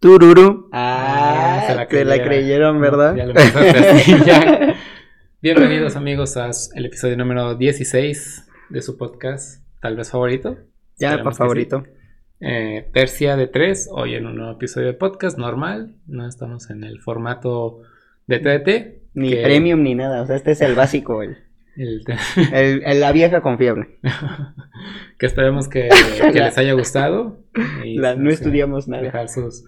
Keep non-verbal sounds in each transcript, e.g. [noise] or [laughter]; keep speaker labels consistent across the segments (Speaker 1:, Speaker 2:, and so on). Speaker 1: Tururu.
Speaker 2: Ah,
Speaker 1: se la creyeron, ¿verdad? [laughs]
Speaker 2: Ya lo empezaste así, ya. Bienvenidos amigos al episodio número 16 de su podcast, tal vez favorito.
Speaker 1: Ya,
Speaker 2: Esperemos
Speaker 1: por
Speaker 2: que
Speaker 1: favorito.
Speaker 2: Eh, tercia de tres, hoy en un nuevo episodio de podcast normal. No estamos en el formato de TDT.
Speaker 1: Ni
Speaker 2: que
Speaker 1: premium ni nada. O sea, este es el básico, el,
Speaker 2: el-
Speaker 1: el- el- la vieja con fiebre.
Speaker 2: [laughs] que esperemos que, que les haya gustado. Y
Speaker 1: La- no
Speaker 2: sé,
Speaker 1: estudiamos nada.
Speaker 2: Dejar sus,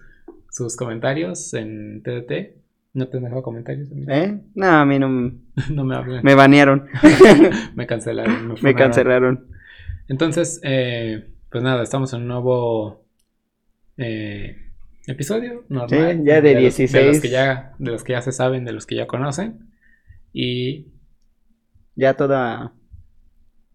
Speaker 2: sus comentarios en TDT. No te han dejado comentarios. amigo?
Speaker 1: ¿Eh? No, a mí no m-
Speaker 2: [laughs] No me hablan.
Speaker 1: me
Speaker 2: [laughs]
Speaker 1: banearon.
Speaker 2: Me cancelaron.
Speaker 1: me
Speaker 2: funaron.
Speaker 1: cancelaron.
Speaker 2: Entonces, eh, pues nada, estamos en un nuevo eh, episodio normal.
Speaker 1: Sí, ya de
Speaker 2: los-
Speaker 1: 16.
Speaker 2: los que ya, de los que ya se saben, de los que ya conocen. Y
Speaker 1: Ya toda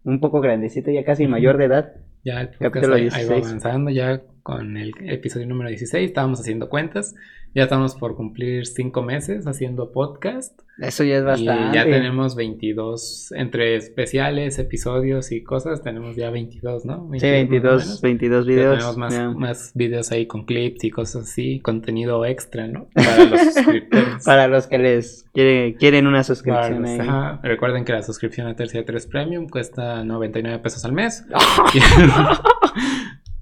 Speaker 1: un poco grandecito, ya casi mayor de edad.
Speaker 2: ya el podcast
Speaker 1: Capítulo
Speaker 2: ahí, ahí va
Speaker 1: 16.
Speaker 2: avanzando, ya con el episodio número 16 estábamos haciendo cuentas. Ya estamos por cumplir 5 meses haciendo podcast.
Speaker 1: Eso ya es bastante.
Speaker 2: Y ya tenemos 22, entre especiales, episodios y cosas, tenemos ya 22, ¿no?
Speaker 1: Sí,
Speaker 2: 22 más
Speaker 1: 22,
Speaker 2: o menos.
Speaker 1: 22
Speaker 2: Ya
Speaker 1: videos.
Speaker 2: tenemos más,
Speaker 1: ya.
Speaker 2: más videos ahí con clips y cosas así, contenido
Speaker 1: [laughs]
Speaker 2: extra, ¿no? Para los suscriptores.
Speaker 1: Para los que les quiere- quieren una
Speaker 2: Para
Speaker 1: suscripción
Speaker 2: los-
Speaker 1: ahí.
Speaker 2: ajá. Recuerden que la suscripción a Tercia 3 Premium cuesta 99 pesos
Speaker 1: [laughs]
Speaker 2: al mes. [laughs]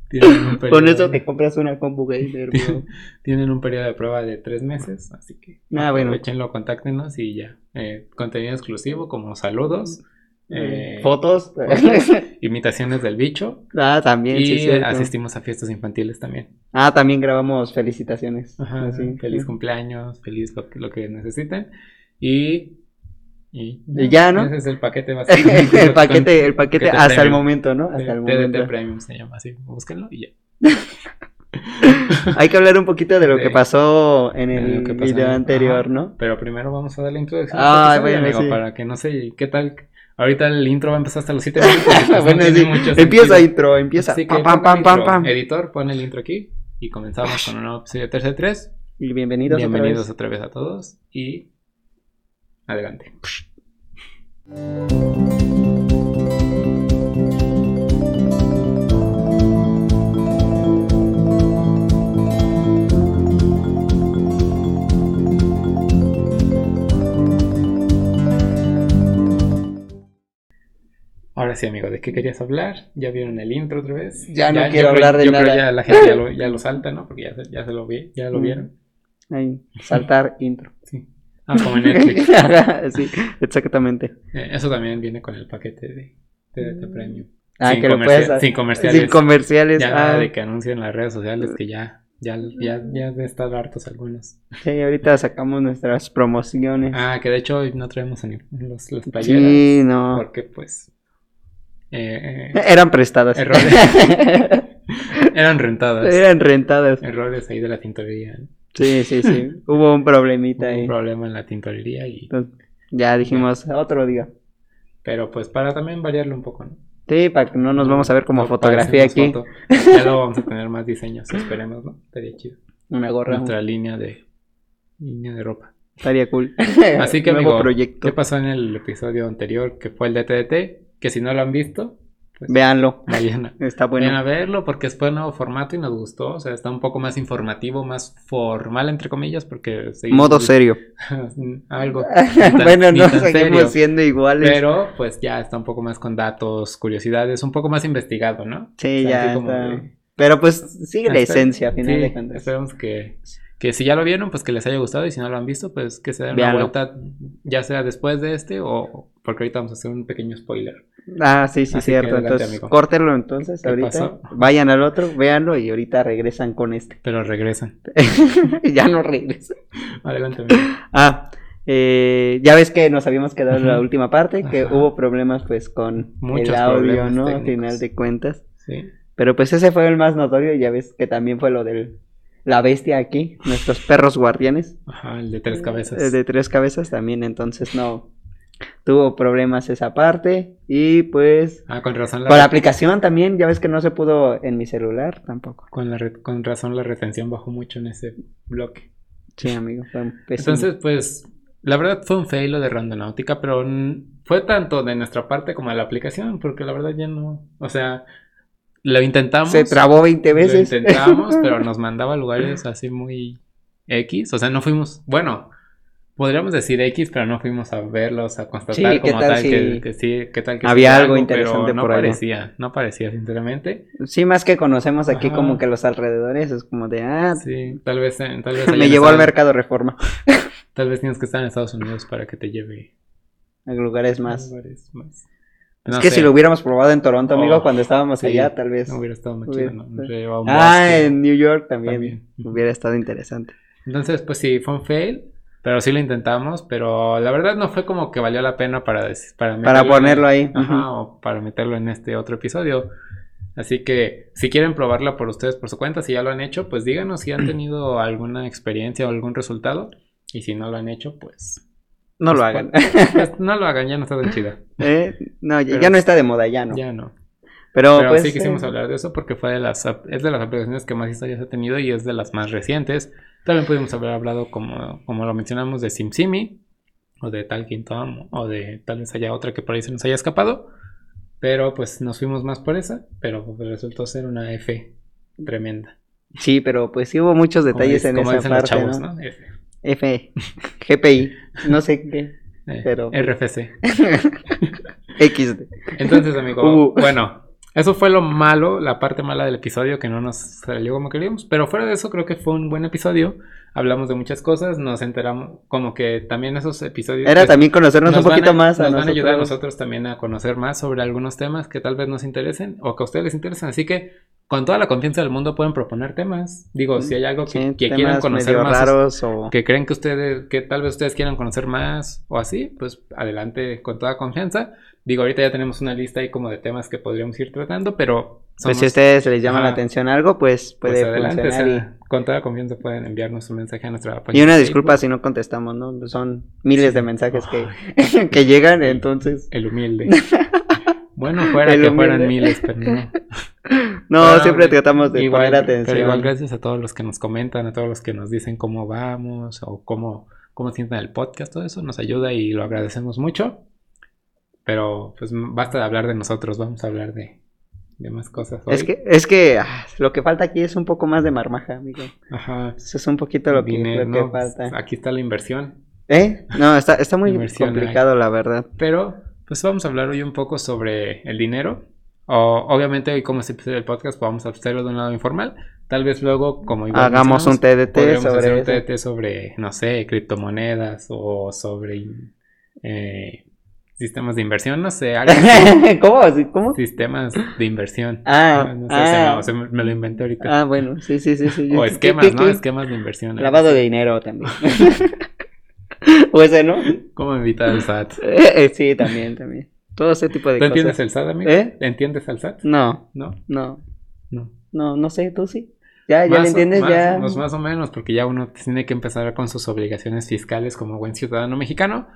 Speaker 2: Tienen un periodo-
Speaker 1: Con eso te compras una compu
Speaker 2: [laughs]
Speaker 1: gamer, bro.
Speaker 2: tienen un periodo de prueba de tres meses, así que
Speaker 1: Ah, bueno.
Speaker 2: aprovechenlo, contáctenos y ya. Eh, contenido exclusivo como saludos,
Speaker 1: Mm.
Speaker 2: eh,
Speaker 1: Fotos. [laughs]
Speaker 2: imitaciones del bicho
Speaker 1: ah, también, sí,
Speaker 2: y
Speaker 1: cierto.
Speaker 2: asistimos a fiestas infantiles también.
Speaker 1: Ah, también grabamos felicitaciones.
Speaker 2: Ajá,
Speaker 1: Así.
Speaker 2: Feliz cumpleaños, feliz lo, que- lo que necesiten y... Y
Speaker 1: Y ya, ¿no?
Speaker 2: Ese es
Speaker 1: [laughs]
Speaker 2: el paquete [laughs] básicamente.
Speaker 1: [laughs] el paquete, el paquete
Speaker 2: Paquete
Speaker 1: hasta el
Speaker 2: premium.
Speaker 1: momento, ¿no? Hasta el
Speaker 2: TDT
Speaker 1: momento.
Speaker 2: Premium se llama así. Búsquenlo y ya.
Speaker 1: Hay que hablar un poquito
Speaker 2: [laughs]
Speaker 1: de lo que
Speaker 2: Sí.
Speaker 1: pasó en
Speaker 2: De
Speaker 1: el
Speaker 2: lo que pasó
Speaker 1: video
Speaker 2: en el-
Speaker 1: anterior,
Speaker 2: ajá.
Speaker 1: ¿no?
Speaker 2: Pero primero vamos a dar la introducción.
Speaker 1: Ah,
Speaker 2: al episodio,
Speaker 1: bueno,
Speaker 2: amigo,
Speaker 1: sí.
Speaker 2: Para que no sé, ¿qué tal? Ahorita el intro va a empezar hasta los 7 minutos. [laughs]
Speaker 1: [laughs]
Speaker 2: pues,
Speaker 1: bueno,
Speaker 2: no tiene
Speaker 1: sí.
Speaker 2: mucho
Speaker 1: Empieza
Speaker 2: sentido.
Speaker 1: intro, empieza.
Speaker 2: Así que
Speaker 1: pam, pam, pam,
Speaker 2: ponga el
Speaker 1: pam,
Speaker 2: intro. Eh,
Speaker 1: pam.
Speaker 2: Editor, pon el intro aquí y comenzamos con un nuevo episodio de Tercer 3.
Speaker 1: Y bienvenidos, otra vez.
Speaker 2: Bienvenidos otra vez a todos y adelante. Ahora sí, amigo, ¿de qué querías hablar? ¿Ya vieron el intro otra vez?
Speaker 1: Ya no
Speaker 2: yo
Speaker 1: quiero
Speaker 2: creo-
Speaker 1: hablar de
Speaker 2: yo
Speaker 1: nada.
Speaker 2: Creo ya la gente ya
Speaker 1: [laughs]
Speaker 2: lo, ya lo salta, ¿no? Porque ya, se- ya se lo vi, ya lo
Speaker 1: Mm.
Speaker 2: vieron.
Speaker 1: Ahí, saltar intro.
Speaker 2: Sí. Ah, como en [laughs] Netflix.
Speaker 1: [laughs] sí, exactamente.
Speaker 2: Eh, Eso también viene con el paquete de TDT Premium.
Speaker 1: Ah,
Speaker 2: sin,
Speaker 1: que lo
Speaker 2: comercia-
Speaker 1: puedes hacer.
Speaker 2: sin comerciales.
Speaker 1: Sin comerciales.
Speaker 2: ya
Speaker 1: ah,
Speaker 2: nada de que anuncien en las redes sociales que ya, ya, ya, ya de estar hartos algunos.
Speaker 1: sí, ahorita sacamos nuestras promociones.
Speaker 2: Ah, que de hecho hoy no traemos ni los, las playeras.
Speaker 1: sí, no.
Speaker 2: Porque pues. eh, eh,
Speaker 1: Eran prestadas.
Speaker 2: Errores. eran
Speaker 1: [laughs]
Speaker 2: rentadas.
Speaker 1: Eran rentadas.
Speaker 2: Errores ahí de la tintorería. ¿no?
Speaker 1: Sí, sí, sí. Hubo un problemita
Speaker 2: Hubo Un
Speaker 1: ahí.
Speaker 2: problema en la tintorería y.
Speaker 1: Entonces, ya dijimos, otro día.
Speaker 2: Pero pues para también variarlo un poco, ¿no?
Speaker 1: Sí, para que no nos vamos a ver como
Speaker 2: No
Speaker 1: fotografía aquí.
Speaker 2: parecemos Ah, foto. Ya luego vamos a tener más diseños, esperemos, ¿no? Estaría chido.
Speaker 1: Una gorra.
Speaker 2: Nuestra línea de línea de ropa.
Speaker 1: Estaría cool.
Speaker 2: [laughs] Así que,
Speaker 1: Nuevo
Speaker 2: amigo,
Speaker 1: proyecto.
Speaker 2: ¿Qué pasó en el episodio anterior que fue el de TDT? Que si no lo han visto,
Speaker 1: [laughs]
Speaker 2: pues
Speaker 1: Véanlo.
Speaker 2: vayan a,
Speaker 1: Está
Speaker 2: vayan a
Speaker 1: bueno.
Speaker 2: verlo porque es fue un nuevo formato y nos gustó. O sea, está un poco más informativo, más formal, entre comillas, porque seguimos-
Speaker 1: Modo serio.
Speaker 2: [laughs]
Speaker 1: [laughs]
Speaker 2: algo.
Speaker 1: bueno, no
Speaker 2: tan
Speaker 1: seguimos
Speaker 2: serio.
Speaker 1: siendo iguales.
Speaker 2: Pero pues ya está un poco más con datos, curiosidades, un poco más investigado, ¿no?
Speaker 1: Sí,
Speaker 2: O sea,
Speaker 1: ya
Speaker 2: así como
Speaker 1: está.
Speaker 2: de-
Speaker 1: Pero pues sigue la
Speaker 2: Espe-
Speaker 1: esencia, a final
Speaker 2: sí,
Speaker 1: de cuentas.
Speaker 2: Esperemos que, que si ya lo vieron, pues que les haya gustado y si no lo han visto, pues que se den
Speaker 1: Véanlo.
Speaker 2: una vuelta, ya sea después de este o porque ahorita vamos a hacer un pequeño spoiler.
Speaker 1: Ah, sí, sí,
Speaker 2: Así que
Speaker 1: cierto.
Speaker 2: adelante,
Speaker 1: entonces,
Speaker 2: amigo.
Speaker 1: córtenlo entonces
Speaker 2: ¿Qué
Speaker 1: ahorita.
Speaker 2: pasó?
Speaker 1: Vayan al otro, véanlo y ahorita regresan con este.
Speaker 2: Pero regresan. [laughs]
Speaker 1: ya no regresan.
Speaker 2: Adelante. amigo.
Speaker 1: Ah, eh, ya ves que nos habíamos quedado en la
Speaker 2: Ujú.
Speaker 1: última parte, que
Speaker 2: Ajá.
Speaker 1: hubo problemas pues con
Speaker 2: Muchos
Speaker 1: el audio,
Speaker 2: problemas
Speaker 1: ¿no? Al
Speaker 2: técnicos.
Speaker 1: final de cuentas.
Speaker 2: Sí.
Speaker 1: Pero pues ese fue el más notorio, ya ves que también fue lo del la bestia aquí, nuestros perros guardianes.
Speaker 2: Ajá, el de tres
Speaker 1: Eh,
Speaker 2: cabezas.
Speaker 1: De tres cabezas también, entonces no tuvo problemas esa parte. Y pues
Speaker 2: Ah, con razón la,
Speaker 1: con la aplicación también, ya ves que no se pudo en mi celular tampoco.
Speaker 2: con la re- con razón la retención bajó mucho en ese bloque. [laughs]
Speaker 1: Sí, amigo, fue pésimo.
Speaker 2: Entonces, pues la verdad fue un fail lo de Randonáutica, pero mm, fue tanto de nuestra parte como de la aplicación, porque la verdad ya no, o sea, Lo intentamos.
Speaker 1: Se trabó 20 veces.
Speaker 2: Lo intentamos,
Speaker 1: [laughs]
Speaker 2: pero nos mandaba a lugares así muy X. O sea, no fuimos. Bueno, podríamos decir X, pero no fuimos a verlos, a constatar
Speaker 1: Sí, ¿qué
Speaker 2: como
Speaker 1: tal
Speaker 2: tal,
Speaker 1: si
Speaker 2: que, que sí, qué tal que
Speaker 1: había
Speaker 2: sí,
Speaker 1: algo
Speaker 2: pero
Speaker 1: interesante
Speaker 2: no
Speaker 1: por allá?
Speaker 2: parecía, no parecía, sinceramente.
Speaker 1: Sí, más que conocemos aquí
Speaker 2: Ajá.
Speaker 1: como que los alrededores, es como de, ah,
Speaker 2: Sí, tal vez, en- tal vez
Speaker 1: [laughs]
Speaker 2: allá
Speaker 1: me
Speaker 2: en
Speaker 1: llevó al
Speaker 2: Estados-
Speaker 1: mercado reforma,
Speaker 2: Tal vez tienes que estar en Estados Unidos para que te lleve
Speaker 1: a lugares
Speaker 2: a
Speaker 1: más.
Speaker 2: lugares más.
Speaker 1: Es
Speaker 2: No
Speaker 1: que
Speaker 2: sé,
Speaker 1: si lo hubiéramos probado en Toronto, amigo,
Speaker 2: Oh,
Speaker 1: cuando estábamos
Speaker 2: sí,
Speaker 1: allá, tal vez.
Speaker 2: no hubiera estado más
Speaker 1: hubiera-
Speaker 2: chido, ¿no? Nos hubiera llevado a un
Speaker 1: ah,
Speaker 2: bosque.
Speaker 1: en New York también,
Speaker 2: También.
Speaker 1: hubiera estado interesante.
Speaker 2: Entonces, pues sí, fue un fail, pero sí lo intentamos, pero la verdad no fue como que valió la pena para dec- para,
Speaker 1: Para
Speaker 2: meterlo en-
Speaker 1: ponerlo ahí.
Speaker 2: ajá,
Speaker 1: ujú.
Speaker 2: o para meterlo en este otro episodio. Así que si quieren probarla por ustedes por su cuenta, si ya lo han hecho, pues díganos si han
Speaker 1: [clears throat]
Speaker 2: tenido alguna experiencia o algún resultado. Y si no lo han hecho, pues,
Speaker 1: No lo
Speaker 2: pues,
Speaker 1: hagan. [laughs]
Speaker 2: pues, no lo hagan, ya no está tan chida.
Speaker 1: ¿eh? No, ya,
Speaker 2: Pero-
Speaker 1: ya no está de moda, ya no.
Speaker 2: Ya no.
Speaker 1: Pero,
Speaker 2: Pero
Speaker 1: pues.
Speaker 2: sí quisimos
Speaker 1: eh,
Speaker 2: hablar de eso porque fue de las ap- es de las aplicaciones que más historias ha tenido y es de las más recientes. También pudimos haber hablado, como, como lo mencionamos, de SimSimi o de Talking Tom o de tal vez haya otra que por ahí se nos haya escapado. Pero pues nos fuimos más por esa, pero pues resultó ser una F tremenda.
Speaker 1: Sí, pero pues sí hubo muchos
Speaker 2: Como
Speaker 1: detalles
Speaker 2: dic-
Speaker 1: en
Speaker 2: como
Speaker 1: esa
Speaker 2: dicen
Speaker 1: parte,
Speaker 2: los chavos,
Speaker 1: ¿no?
Speaker 2: ¿no? F.
Speaker 1: F, GPI, no sé qué,
Speaker 2: Eh,
Speaker 1: Pero-
Speaker 2: RFC. [laughs]
Speaker 1: XD.
Speaker 2: Entonces,
Speaker 1: [laughs]
Speaker 2: amigo,
Speaker 1: Hubo-
Speaker 2: bueno, eso fue lo malo, la parte mala del episodio que no nos salió como queríamos. Pero fuera de eso, creo que fue un buen episodio. Hablamos de muchas cosas, nos enteramos, como que también esos episodios.
Speaker 1: Era
Speaker 2: pues,
Speaker 1: también conocernos un
Speaker 2: van
Speaker 1: poquito
Speaker 2: a-
Speaker 1: más a
Speaker 2: nos van a ayudar a
Speaker 1: nosotros.
Speaker 2: nosotros también a conocer más sobre algunos temas que tal vez nos interesen o que a ustedes les interesen. Así que con toda la confianza del mundo pueden proponer temas. Digo, si hay algo que,
Speaker 1: Mm, Sí,
Speaker 2: que
Speaker 1: temas
Speaker 2: quieran conocer
Speaker 1: medio
Speaker 2: más, este,
Speaker 1: raros o...
Speaker 2: que creen que ustedes, que tal vez ustedes quieran conocer más o así, pues adelante con toda confianza. Digo, ahorita ya tenemos una lista ahí como de temas que podríamos ir tratando, pero
Speaker 1: Pues
Speaker 2: somos-
Speaker 1: si a ustedes les llama la
Speaker 2: Ajá.
Speaker 1: atención algo, pues
Speaker 2: pues,
Speaker 1: puede
Speaker 2: adelante, o
Speaker 1: funcionar.
Speaker 2: sea, con toda confianza pueden enviarnos un mensaje a nuestra
Speaker 1: y,
Speaker 2: página.
Speaker 1: y una
Speaker 2: de
Speaker 1: disculpa
Speaker 2: Facebook.
Speaker 1: si no contestamos, ¿no? Pues Son miles de mensajes
Speaker 2: Ay,
Speaker 1: [laughs] que, que llegan, entonces... [laughs]
Speaker 2: El humilde. Bueno, fuera
Speaker 1: El
Speaker 2: que fueran
Speaker 1: humilde.
Speaker 2: miles, pero no.
Speaker 1: No,
Speaker 2: Pero
Speaker 1: siempre
Speaker 2: igual-
Speaker 1: tratamos de
Speaker 2: igual,
Speaker 1: poner atención.
Speaker 2: Pero igual gracias a todos los que nos comentan, a todos los que nos dicen cómo vamos o cómo, cómo sienten el podcast, todo eso nos ayuda y lo agradecemos mucho. Pero pues m- basta de hablar de nosotros, vamos a hablar de, de más cosas. hoy.
Speaker 1: Es que, es que ah, lo que falta aquí es un poco más de marmaja, amigo.
Speaker 2: Ajá.
Speaker 1: Eso es un poquito lo que,
Speaker 2: Dinero,
Speaker 1: lo que
Speaker 2: no,
Speaker 1: falta.
Speaker 2: Aquí está la inversión.
Speaker 1: ¿Eh? No, está, está muy
Speaker 2: Inversión ahí.
Speaker 1: complicado, la verdad.
Speaker 2: Pero pues vamos a hablar hoy un poco sobre el dinero. O, obviamente hoy como es el episodio del podcast, pues, vamos a hacerlo de un lado informal. Tal vez luego, como igual
Speaker 1: Hagamos un
Speaker 2: mencionamos,
Speaker 1: TDT
Speaker 2: Podríamos hacer
Speaker 1: sobre
Speaker 2: un
Speaker 1: eso.
Speaker 2: TDT sobre, no sé, criptomonedas o sobre eh, sistemas de inversión, no sé, algo
Speaker 1: [laughs]
Speaker 2: así.
Speaker 1: ¿Cómo? ¿Sí? ¿Cómo?
Speaker 2: sistemas de inversión.
Speaker 1: Ah,
Speaker 2: no sé,
Speaker 1: ah,
Speaker 2: se me, se me- me lo inventé ahorita.
Speaker 1: ah, bueno, sí, sí, sí. sí
Speaker 2: o
Speaker 1: ¿Qué-
Speaker 2: esquemas,
Speaker 1: qué-
Speaker 2: ¿no?
Speaker 1: qué?
Speaker 2: Esquemas de inversión.
Speaker 1: Lavado de dinero también. [laughs] o ese, ¿no?
Speaker 2: ¿Cómo evitar el SAT?
Speaker 1: Eh, eh, sí, también, también. Todo ese tipo de
Speaker 2: ¿Tú entiendes
Speaker 1: cosas.
Speaker 2: el SAT, amigo?
Speaker 1: ¿Eh?
Speaker 2: ¿Entiendes el SAT?
Speaker 1: No,
Speaker 2: No,
Speaker 1: no,
Speaker 2: no.
Speaker 1: no, no sé, tú sí. Ah, Ya, ya lo
Speaker 2: Más o-
Speaker 1: entiendes,
Speaker 2: más,
Speaker 1: ya.
Speaker 2: Más, más o menos, porque ya uno tiene que empezar con sus obligaciones fiscales como buen ciudadano mexicano.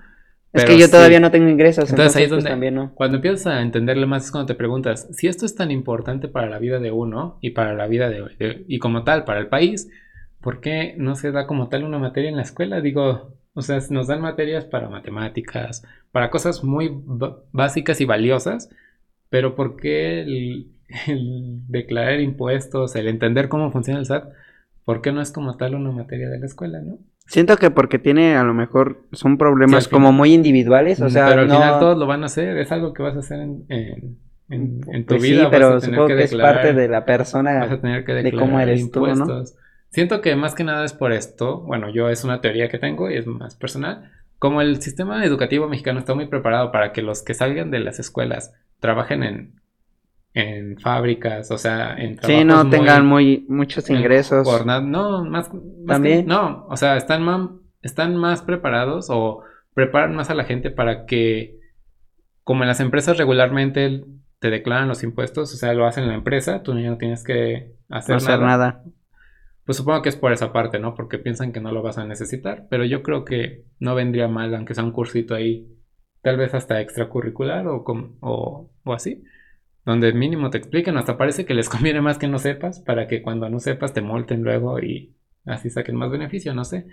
Speaker 1: es
Speaker 2: pero
Speaker 1: que yo
Speaker 2: sí.
Speaker 1: todavía no tengo ingresos,
Speaker 2: Entonces,
Speaker 1: entonces,
Speaker 2: ahí es
Speaker 1: pues,
Speaker 2: donde-
Speaker 1: también no.
Speaker 2: Cuando empiezas a entenderle más es cuando te preguntas si esto es tan importante para la vida de uno y para la vida de, de- y como tal para el país, ¿por qué no se da como tal una materia en la escuela? Digo, o sea, nos dan materias para matemáticas, para cosas muy ba- básicas y valiosas, pero ¿por qué el, el declarar impuestos, el entender cómo funciona el SAT, por qué no es como tal una materia de la escuela, no?
Speaker 1: Siento que porque tiene, a lo mejor, son problemas
Speaker 2: Sí, al
Speaker 1: como
Speaker 2: final.
Speaker 1: muy individuales, o sea,
Speaker 2: Mm, pero al
Speaker 1: no...
Speaker 2: final todos lo van a hacer, es algo que vas a hacer en, en- en- en tu
Speaker 1: Pues
Speaker 2: vida.
Speaker 1: sí,
Speaker 2: vas a
Speaker 1: pero
Speaker 2: tener
Speaker 1: supongo que, es
Speaker 2: declarar-
Speaker 1: parte de la
Speaker 2: vas a
Speaker 1: persona.
Speaker 2: tener que
Speaker 1: de
Speaker 2: declarar
Speaker 1: cómo eres tú, ¿no?
Speaker 2: impuestos. Siento que más que nada es por esto, bueno, yo es una teoría que tengo y es más personal, como el sistema educativo mexicano está muy preparado para que los que salgan de las escuelas trabajen en, en fábricas, o sea, en trabajos
Speaker 1: Sí, no
Speaker 2: muy-
Speaker 1: tengan muy muchos
Speaker 2: en
Speaker 1: ingresos.
Speaker 2: jornada- no, más, más
Speaker 1: También.
Speaker 2: que- no, o sea, están más, están más preparados o preparan más a la gente para que, como en las empresas regularmente te declaran los impuestos, o sea, lo hacen en la empresa, tú no tienes que hacer,
Speaker 1: No hacer
Speaker 2: nada.
Speaker 1: nada.
Speaker 2: Pues supongo que es por esa parte, ¿no? Porque piensan que no lo vas a necesitar, pero yo creo que no vendría mal, aunque sea un cursito ahí, tal vez hasta extracurricular o, com- o, o así, donde mínimo te expliquen, hasta parece que les [laughs] conviene más que no sepas, para que cuando no sepas te multen luego y así saquen más beneficio, no sé.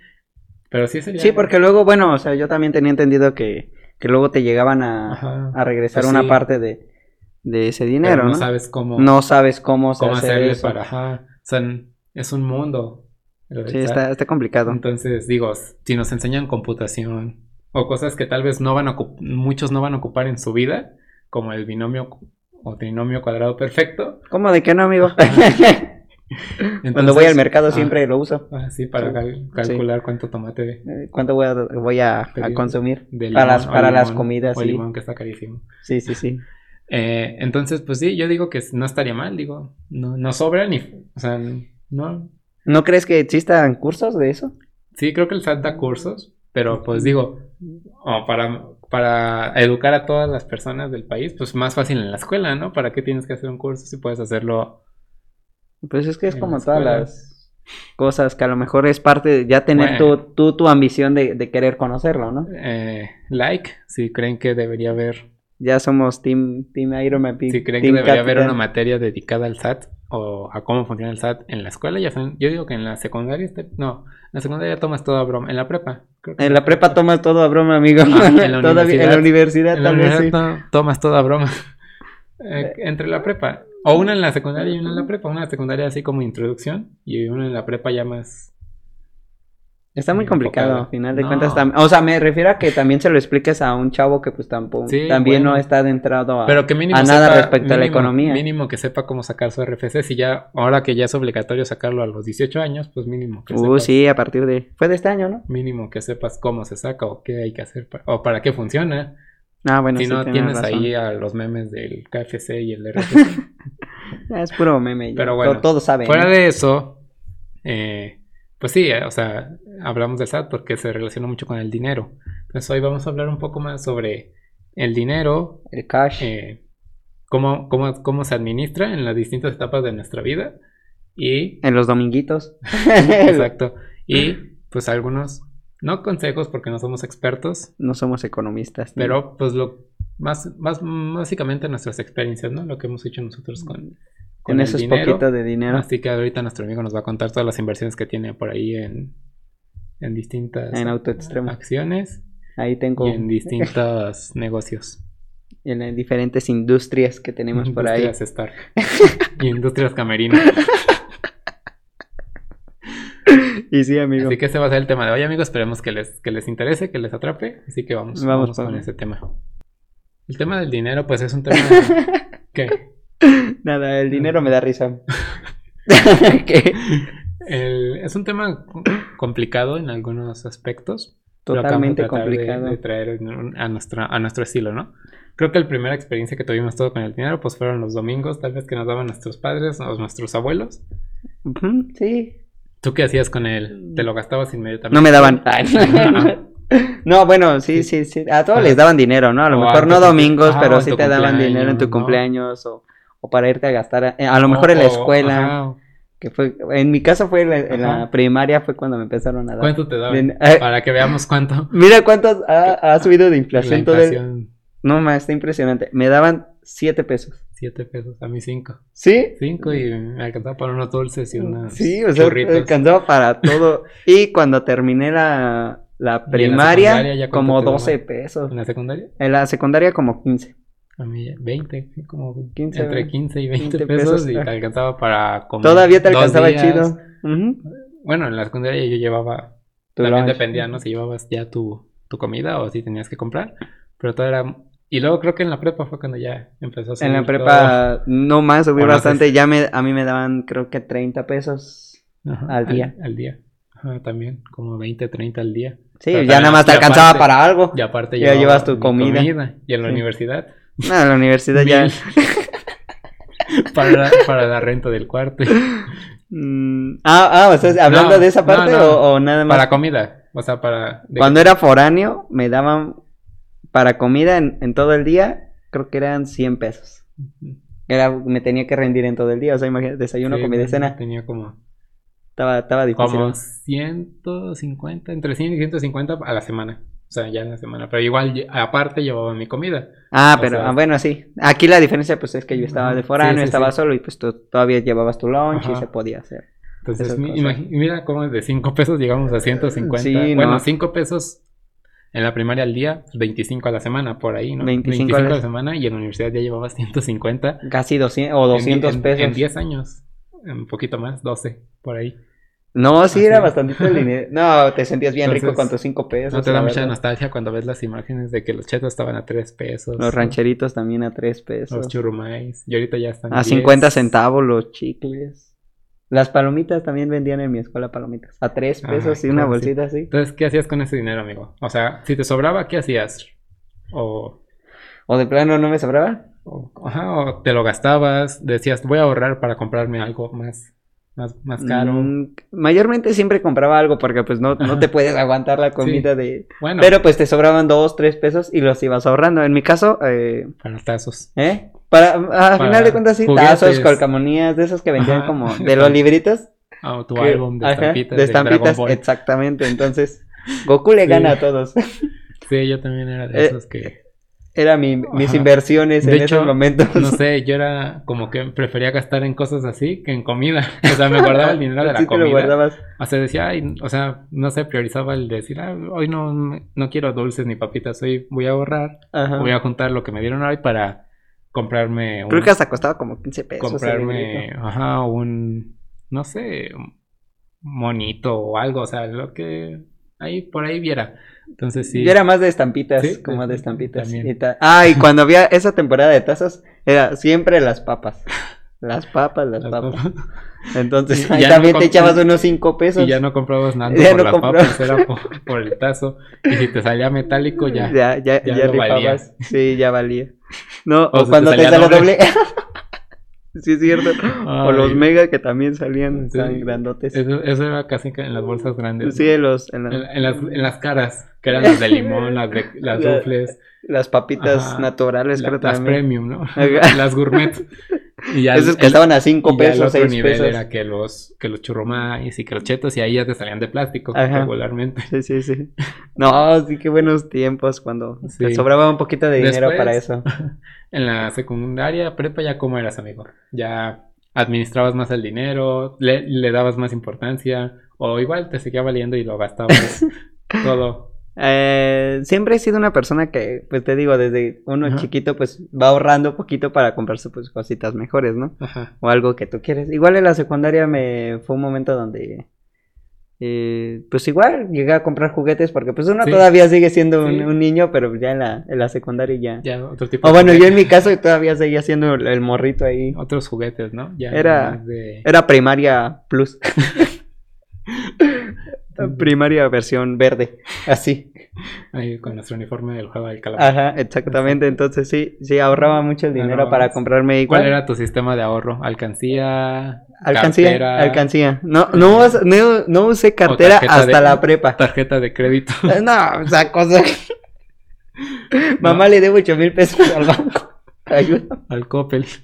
Speaker 2: Pero sí sería...
Speaker 1: Sí, porque luego, bueno, o sea, yo también tenía entendido que, que luego te llegaban a,
Speaker 2: Ajá.
Speaker 1: a regresar
Speaker 2: Pues
Speaker 1: una
Speaker 2: sí.
Speaker 1: parte de, de ese dinero,
Speaker 2: pero no,
Speaker 1: ¿no?
Speaker 2: sabes cómo,
Speaker 1: No sabes cómo, se
Speaker 2: cómo
Speaker 1: hace
Speaker 2: hacerle
Speaker 1: eso.
Speaker 2: para... Ajá. O sea, n- es un mundo. lo de
Speaker 1: Sí,
Speaker 2: estar-
Speaker 1: está, está complicado.
Speaker 2: Entonces, digo, si nos enseñan computación o cosas que tal vez no van a ocu- muchos no van a ocupar en su vida, como el binomio cu- o trinomio cuadrado perfecto.
Speaker 1: ¿Cómo de qué no, amigo? Cuando [laughs]
Speaker 2: entonces-
Speaker 1: voy al mercado
Speaker 2: ah,
Speaker 1: siempre lo uso.
Speaker 2: ah, sí, para cal- calcular cuánto tomate
Speaker 1: Eh, ¿Cuánto voy a, voy a, a
Speaker 2: Pero-
Speaker 1: consumir?
Speaker 2: de limón
Speaker 1: Para las-
Speaker 2: o
Speaker 1: para las
Speaker 2: limón,
Speaker 1: comidas,
Speaker 2: o
Speaker 1: sí.
Speaker 2: limón que está carísimo.
Speaker 1: Sí, sí, sí.
Speaker 2: Eh, entonces, pues sí, yo digo que no estaría mal, digo, no, no sobra ni, o sea, no,
Speaker 1: ¿No crees que existan cursos de eso?
Speaker 2: Sí, creo que el SAT da cursos, pero pues digo, o para, para educar a todas las personas del país, pues más fácil en la escuela, ¿no? ¿Para qué tienes que hacer un curso si puedes hacerlo?
Speaker 1: Pues es que es
Speaker 2: En
Speaker 1: como
Speaker 2: la
Speaker 1: todas
Speaker 2: escuela.
Speaker 1: las cosas que a lo mejor es parte de ya tener tu-
Speaker 2: Bueno.
Speaker 1: tú tu, ambición de, de querer conocerlo, ¿no?
Speaker 2: Eh, like, si creen que debería haber,
Speaker 1: Ya somos Team, team Iron Man,
Speaker 2: si creen que
Speaker 1: team
Speaker 2: debería haber
Speaker 1: Capitán.
Speaker 2: una materia dedicada al SAT o a cómo funciona el SAT en la escuela, ya saben, yo digo que en la secundaria, este- no, en la secundaria tomas todo a broma, en la prepa, creo que
Speaker 1: En la prepa tomas todo a broma, amigo.
Speaker 2: Ah, en
Speaker 1: [laughs]
Speaker 2: la
Speaker 1: Todavía- en la universidad
Speaker 2: en la
Speaker 1: tal vez sí.
Speaker 2: universidad to- tomas toda [laughs] broma. Eh, entre la prepa. O una en la secundaria y una en la prepa. Una en la secundaria así como introducción y una en la prepa ya más...
Speaker 1: Está muy
Speaker 2: Bien
Speaker 1: complicado,
Speaker 2: enfocado.
Speaker 1: al final de
Speaker 2: No.
Speaker 1: cuentas. tam- O sea, me refiero a que también se lo expliques a un chavo que pues tampoco,
Speaker 2: Sí,
Speaker 1: también no
Speaker 2: bueno.
Speaker 1: está adentrado a...
Speaker 2: Pero que mínimo...
Speaker 1: a nada
Speaker 2: sepa-
Speaker 1: respecto a la
Speaker 2: mínimo-
Speaker 1: economía.
Speaker 2: Mínimo que sepa cómo sacar su RFC. Si ya, ahora que ya es obligatorio sacarlo a los 18 años, pues mínimo que
Speaker 1: uh,
Speaker 2: sepas.
Speaker 1: sí, a partir de... Fue de este año, ¿no?
Speaker 2: Mínimo que sepas cómo se saca o qué hay que hacer pa- o para qué funciona.
Speaker 1: Ah, bueno,
Speaker 2: si
Speaker 1: sí,
Speaker 2: no
Speaker 1: tienes
Speaker 2: tienes
Speaker 1: razón.
Speaker 2: ahí a los memes del KFC
Speaker 1: [laughs]
Speaker 2: y el RFC.
Speaker 1: Ah, Es puro meme. ya.
Speaker 2: Pero bueno,
Speaker 1: To- todos saben.
Speaker 2: Fuera
Speaker 1: ¿no?
Speaker 2: de eso, eh, pues sí, eh, o sea, hablamos del SAT porque se relaciona mucho con el dinero. Entonces hoy vamos a hablar un poco más sobre el dinero,
Speaker 1: El cash.
Speaker 2: eh, cómo, cómo, cómo se administra en las distintas etapas de nuestra vida
Speaker 1: [laughs]
Speaker 2: y,
Speaker 1: En los dominguitos.
Speaker 2: [laughs] exacto, y pues algunos, no consejos porque no somos expertos,
Speaker 1: [laughs] no somos economistas. ni-
Speaker 2: pero pues lo más, más básicamente nuestras experiencias, ¿no? Lo que hemos hecho nosotros con, con
Speaker 1: Con
Speaker 2: el
Speaker 1: esos
Speaker 2: dinero.
Speaker 1: poquitos de dinero.
Speaker 2: Así que ahorita nuestro amigo nos va a contar todas las inversiones que tiene por ahí en, en distintas
Speaker 1: En autoextremo.
Speaker 2: acciones
Speaker 1: Ahí tengo
Speaker 2: y en
Speaker 1: en, [laughs]
Speaker 2: distintos negocios.
Speaker 1: las diferentes industrias que tenemos por ahí.
Speaker 2: industrias
Speaker 1: [laughs]
Speaker 2: Stark y industrias Camerino.
Speaker 1: Y sí, amigo.
Speaker 2: Así que ese va a ser el tema de hoy, amigos. Esperemos que les, que les interese, que les atrape. Así que vamos,
Speaker 1: Vamos
Speaker 2: vamos,
Speaker 1: por
Speaker 2: con
Speaker 1: ahí.
Speaker 2: ese tema. El tema del dinero, pues es un tema [laughs]
Speaker 1: [laughs]
Speaker 2: que
Speaker 1: Nada,
Speaker 2: Mm.
Speaker 1: el dinero me da
Speaker 2: [laughs]
Speaker 1: risa. [laughs] ¿Qué?
Speaker 2: el- es un tema co- complicado en algunos aspectos. Pero acabamos
Speaker 1: Totalmente
Speaker 2: de tratar de-
Speaker 1: complicado.
Speaker 2: De, traer un- a, nuestra, a nuestro estilo, ¿no? Creo que la primera experiencia que tuvimos todo con el dinero, pues fueron los domingos, tal vez que nos daban nuestros padres o nuestros abuelos.
Speaker 1: Ujú, sí.
Speaker 2: ¿Tú qué hacías con él? ¿Te lo gastabas inmediatamente?
Speaker 1: No me daban.
Speaker 2: [laughs]
Speaker 1: Ay,
Speaker 2: Ajá.
Speaker 1: no, bueno, sí, sí, sí. A todos
Speaker 2: Ajá.
Speaker 1: les daban dinero, ¿no? A lo
Speaker 2: O
Speaker 1: mejor
Speaker 2: en
Speaker 1: no
Speaker 2: Oh, tu cum-
Speaker 1: domingos,
Speaker 2: ajá, o
Speaker 1: pero
Speaker 2: en
Speaker 1: sí
Speaker 2: tu
Speaker 1: te daban dinero en tu
Speaker 2: cumpleaños, ¿no?
Speaker 1: cumpleaños o, o para irte a gastar. A, eh, a lo mejor
Speaker 2: O-
Speaker 1: en la
Speaker 2: o-
Speaker 1: escuela.
Speaker 2: ajá.
Speaker 1: que fue En mi caso fue en la, en la
Speaker 2: Ajá.
Speaker 1: primaria, fue cuando me empezaron a dar.
Speaker 2: ¿Cuánto te daban?
Speaker 1: Bien, eh.
Speaker 2: Para que veamos cuánto.
Speaker 1: Mira cuánto ha, ha subido de
Speaker 2: La
Speaker 1: inflación, todo el-
Speaker 2: inflación,
Speaker 1: No, más, está impresionante. Me daban 7 pesos.
Speaker 2: 7 pesos, a mí 5.
Speaker 1: ¿Sí?
Speaker 2: 5 y me alcanzaba para unos dulces y unos
Speaker 1: Sí, o sea,
Speaker 2: churritos.
Speaker 1: alcanzaba para todo. Y cuando terminé la, la primaria,
Speaker 2: secundaria ya cuánto
Speaker 1: como
Speaker 2: te daban?
Speaker 1: 12 pesos.
Speaker 2: ¿En la secundaria?
Speaker 1: En la secundaria, como 15.
Speaker 2: A mí ya 20, sí, como
Speaker 1: 15,
Speaker 2: entre 15 y 20,
Speaker 1: 20
Speaker 2: pesos,
Speaker 1: pesos,
Speaker 2: y te
Speaker 1: ajá.
Speaker 2: alcanzaba para comer.
Speaker 1: Todavía te
Speaker 2: dos
Speaker 1: alcanzaba
Speaker 2: días.
Speaker 1: chido. Ujú.
Speaker 2: Bueno, en la secundaria yo llevaba,
Speaker 1: Tu
Speaker 2: también
Speaker 1: lunch.
Speaker 2: dependía, ¿no? Si llevabas ya tu, tu comida o si tenías que comprar, pero todo era... Y luego creo que en la prepa fue cuando ya empezó a subir
Speaker 1: En la
Speaker 2: pues, todo.
Speaker 1: prepa, no más, subí
Speaker 2: Bueno,
Speaker 1: bastante. Ya me, a mí me daban, creo que 30 pesos.
Speaker 2: Ajá,
Speaker 1: al día.
Speaker 2: Al, día. Ajá, también, como 20, 30 al día.
Speaker 1: Sí,
Speaker 2: Pero
Speaker 1: ya
Speaker 2: también
Speaker 1: nada más te
Speaker 2: y
Speaker 1: alcanzaba
Speaker 2: aparte-
Speaker 1: para algo.
Speaker 2: Y aparte
Speaker 1: Ya
Speaker 2: llevaba
Speaker 1: llevas tu
Speaker 2: mi
Speaker 1: comida.
Speaker 2: Y en la
Speaker 1: Sí.
Speaker 2: universidad.
Speaker 1: No, en Ah, la universidad ya.
Speaker 2: mil [laughs] para, la- para la renta del
Speaker 1: [laughs]
Speaker 2: cuarto.
Speaker 1: Mm, ah, ah, o sea, hablando
Speaker 2: No,
Speaker 1: de esa
Speaker 2: no,
Speaker 1: parte
Speaker 2: no.
Speaker 1: O, o nada más.
Speaker 2: Para comida. O sea, para... de-
Speaker 1: Cuando era foráneo, me daban para comida en, en todo el día, creo que eran 100 pesos. Era, me tenía que rendir en todo el día, o sea, imagínate, desayuno,
Speaker 2: Sí,
Speaker 1: comida,
Speaker 2: bueno,
Speaker 1: cena.
Speaker 2: Tenía como...
Speaker 1: Estaba, estaba difícil.
Speaker 2: Como 150, entre 100 y 150 a la semana. O sea, ya en la semana. Pero igual, lle- aparte llevaba mi comida.
Speaker 1: Ah,
Speaker 2: o
Speaker 1: pero
Speaker 2: sea-
Speaker 1: ah, bueno, sí. Aquí la diferencia pues es que yo estaba
Speaker 2: Ajá,
Speaker 1: de foráneo,
Speaker 2: sí, sí,
Speaker 1: estaba
Speaker 2: sí.
Speaker 1: solo y pues tú todavía llevabas tu lunch y
Speaker 2: Ajá.
Speaker 1: se podía hacer.
Speaker 2: Entonces,
Speaker 1: Esas
Speaker 2: mi-
Speaker 1: cosas.
Speaker 2: imagi- mira cómo de 5 pesos llegamos a 150.
Speaker 1: Sí,
Speaker 2: bueno,
Speaker 1: no.
Speaker 2: 5 pesos En la primaria al día, 25 a la semana, por ahí, ¿no?
Speaker 1: 25
Speaker 2: a
Speaker 1: a
Speaker 2: la
Speaker 1: la-
Speaker 2: semana y en la universidad ya llevabas 150.
Speaker 1: Casi 200 o
Speaker 2: en
Speaker 1: 200
Speaker 2: die- en-
Speaker 1: pesos.
Speaker 2: En 10 años. Un poquito más, 12, por ahí.
Speaker 1: No, sí,
Speaker 2: Así.
Speaker 1: era bastante el dinero. No, te sentías bien rico
Speaker 2: Entonces,
Speaker 1: con tus 5 pesos.
Speaker 2: No te da
Speaker 1: la
Speaker 2: mucha
Speaker 1: verdad.
Speaker 2: nostalgia cuando ves las imágenes de que los chetos estaban a 3 pesos.
Speaker 1: Los rancheritos también a 3 pesos.
Speaker 2: Los churrumais. Y ahorita ya están
Speaker 1: A
Speaker 2: 10.
Speaker 1: 50 centavos los chicles. Las palomitas también vendían en mi escuela palomitas. A 3
Speaker 2: Ajá,
Speaker 1: pesos y una
Speaker 2: Ah, claro, sí.
Speaker 1: bolsita así.
Speaker 2: Entonces, ¿qué hacías con ese dinero, amigo? O sea, si te sobraba, ¿qué hacías? O,
Speaker 1: O de plano no me sobraba.
Speaker 2: o- ajá, o te lo gastabas, decías, voy a ahorrar para comprarme algo más, más, más caro.
Speaker 1: Mm, mayormente siempre compraba algo porque pues no, no
Speaker 2: Ajá. [laughs]
Speaker 1: te puedes aguantar la comida de...
Speaker 2: Bueno,
Speaker 1: Pero pues te sobraban dos, tres pesos y los ibas ahorrando. En mi caso, eh,
Speaker 2: para tazos.
Speaker 1: ¿eh? Para, a final de cuentas sí, tazos,
Speaker 2: juguetes.
Speaker 1: colcamonías, de esos que vendían
Speaker 2: Ajá.
Speaker 1: como de los libritos.
Speaker 2: Ah, O tu
Speaker 1: que-
Speaker 2: álbum de
Speaker 1: ajá, de
Speaker 2: estampitas. del Dragon
Speaker 1: estampitas,
Speaker 2: Ball.
Speaker 1: exactamente. Entonces, Goku le
Speaker 2: Sí.
Speaker 1: gana a todos.
Speaker 2: Sí, yo también era de
Speaker 1: Eh,
Speaker 2: esos que,
Speaker 1: Era mi- mis
Speaker 2: Ajá.
Speaker 1: inversiones
Speaker 2: De
Speaker 1: en
Speaker 2: hecho,
Speaker 1: esos momentos.
Speaker 2: no
Speaker 1: [laughs]
Speaker 2: sé, yo era como que prefería gastar en cosas así que en comida. [laughs] O sea, me [laughs] guardaba el dinero de
Speaker 1: Sí
Speaker 2: la
Speaker 1: te lo
Speaker 2: comida.
Speaker 1: guardabas.
Speaker 2: O sea, decía, "Ay", o sea, no sé, priorizaba el decir, "Ah, hoy no, no quiero dulces ni papitas, hoy voy a ahorrar,
Speaker 1: Ajá.
Speaker 2: voy a juntar lo que me dieron hoy para comprarme un,
Speaker 1: Creo que hasta costaba como 15 pesos. el
Speaker 2: comprarme,
Speaker 1: librito.
Speaker 2: ajá, un, no sé, un monito o algo, o sea, lo que ahí, por ahí viera. Entonces sí.
Speaker 1: Yo
Speaker 2: [laughs]
Speaker 1: era más de estampitas,
Speaker 2: Sí,
Speaker 1: como de estampitas.
Speaker 2: también.
Speaker 1: Y ta- Ah,
Speaker 2: [laughs]
Speaker 1: y cuando había esa temporada de tazos, era siempre las papas. Las papas, las,
Speaker 2: las
Speaker 1: papas.
Speaker 2: papas.
Speaker 1: Entonces,
Speaker 2: [laughs] Y
Speaker 1: ahí
Speaker 2: ya
Speaker 1: también
Speaker 2: no
Speaker 1: te
Speaker 2: comp-
Speaker 1: echabas unos 5 pesos.
Speaker 2: Y ya no comprabas nada
Speaker 1: Ya
Speaker 2: por
Speaker 1: no
Speaker 2: las
Speaker 1: compraba.
Speaker 2: papas, era por, por el tazo. Y si te salía metálico, ya.
Speaker 1: ya, ya,
Speaker 2: ya
Speaker 1: ya
Speaker 2: no valía.
Speaker 1: rifabas. Sí, ya valía. No,
Speaker 2: O
Speaker 1: o,
Speaker 2: se te
Speaker 1: cuando te
Speaker 2: salía
Speaker 1: sale
Speaker 2: doble.
Speaker 1: doble. [laughs] sí, es cierto. O los
Speaker 2: Ay,
Speaker 1: mega que también salían
Speaker 2: Sí.
Speaker 1: tan grandotes.
Speaker 2: Eso, eso era casi que en las bolsas grandes.
Speaker 1: Sí, en los, en la-
Speaker 2: En, en las, en las caras, que eran las de limón, las de las
Speaker 1: [laughs] La-
Speaker 2: rufles,
Speaker 1: las papitas
Speaker 2: Ajá.
Speaker 1: naturales,
Speaker 2: la-
Speaker 1: creo
Speaker 2: las
Speaker 1: también.
Speaker 2: premium, ¿no?
Speaker 1: Ajá.
Speaker 2: [laughs] las gourmet. Y ya
Speaker 1: Esos
Speaker 2: el-
Speaker 1: que estaban a
Speaker 2: y
Speaker 1: 5
Speaker 2: ya el
Speaker 1: pesos,
Speaker 2: otro
Speaker 1: 6
Speaker 2: nivel
Speaker 1: pesos.
Speaker 2: era que los, que los churromais y que los chetos, y ahí ya te salían de plástico
Speaker 1: Ajá.
Speaker 2: regularmente.
Speaker 1: Sí, sí, sí. No, sí, qué buenos tiempos cuando
Speaker 2: Sí.
Speaker 1: te sobraba un poquito de dinero
Speaker 2: Después-
Speaker 1: para eso.
Speaker 2: [laughs] En la secundaria, prepa, ya cómo eras, amigo. Ya administrabas más el dinero, le, le dabas más importancia, o igual te seguía valiendo y
Speaker 1: [laughs]
Speaker 2: lo gastabas todo.
Speaker 1: Eh, siempre he sido una persona que, pues te digo, desde uno
Speaker 2: Ajá.
Speaker 1: chiquito, pues va ahorrando poquito para comprarse pues cositas mejores, ¿no?
Speaker 2: Ajá.
Speaker 1: O algo que tú quieres. Igual en la secundaria me fue un momento donde, eh, pues igual llegué a comprar juguetes porque pues uno
Speaker 2: Sí.
Speaker 1: todavía sigue siendo un,
Speaker 2: Sí.
Speaker 1: un niño, pero ya en la, en la secundaria ya.
Speaker 2: Ya otro
Speaker 1: [laughs]
Speaker 2: tipo
Speaker 1: O
Speaker 2: de
Speaker 1: Ah, bueno, yo en
Speaker 2: juguetes,
Speaker 1: mi caso todavía seguía siendo el el morrito ahí.
Speaker 2: Otros juguetes, ¿no? Ya
Speaker 1: Era-
Speaker 2: más de-
Speaker 1: Era primaria plus.
Speaker 2: [laughs]
Speaker 1: primaria versión verde. Así.
Speaker 2: Ahí con nuestro uniforme del juego del calabozo.
Speaker 1: Ajá, exactamente. Entonces sí, sí, ahorraba mucho el dinero
Speaker 2: Ahorrabas.
Speaker 1: para comprarme igual.
Speaker 2: ¿Cuál era tu sistema de ahorro? ¿Alcancía?
Speaker 1: Alcancía,
Speaker 2: cartera,
Speaker 1: alcancía. No, no, us- no, no usé cartera
Speaker 2: tarjeta
Speaker 1: hasta
Speaker 2: de-
Speaker 1: la
Speaker 2: [laughs]
Speaker 1: prepa.
Speaker 2: ¿Tarjeta de
Speaker 1: [laughs]
Speaker 2: crédito?
Speaker 1: No, o sea, cosa.
Speaker 2: [laughs]
Speaker 1: Mamá le debo ocho mil pesos al banco. [laughs] Ayuda.
Speaker 2: ¿Al Coppel? [laughs]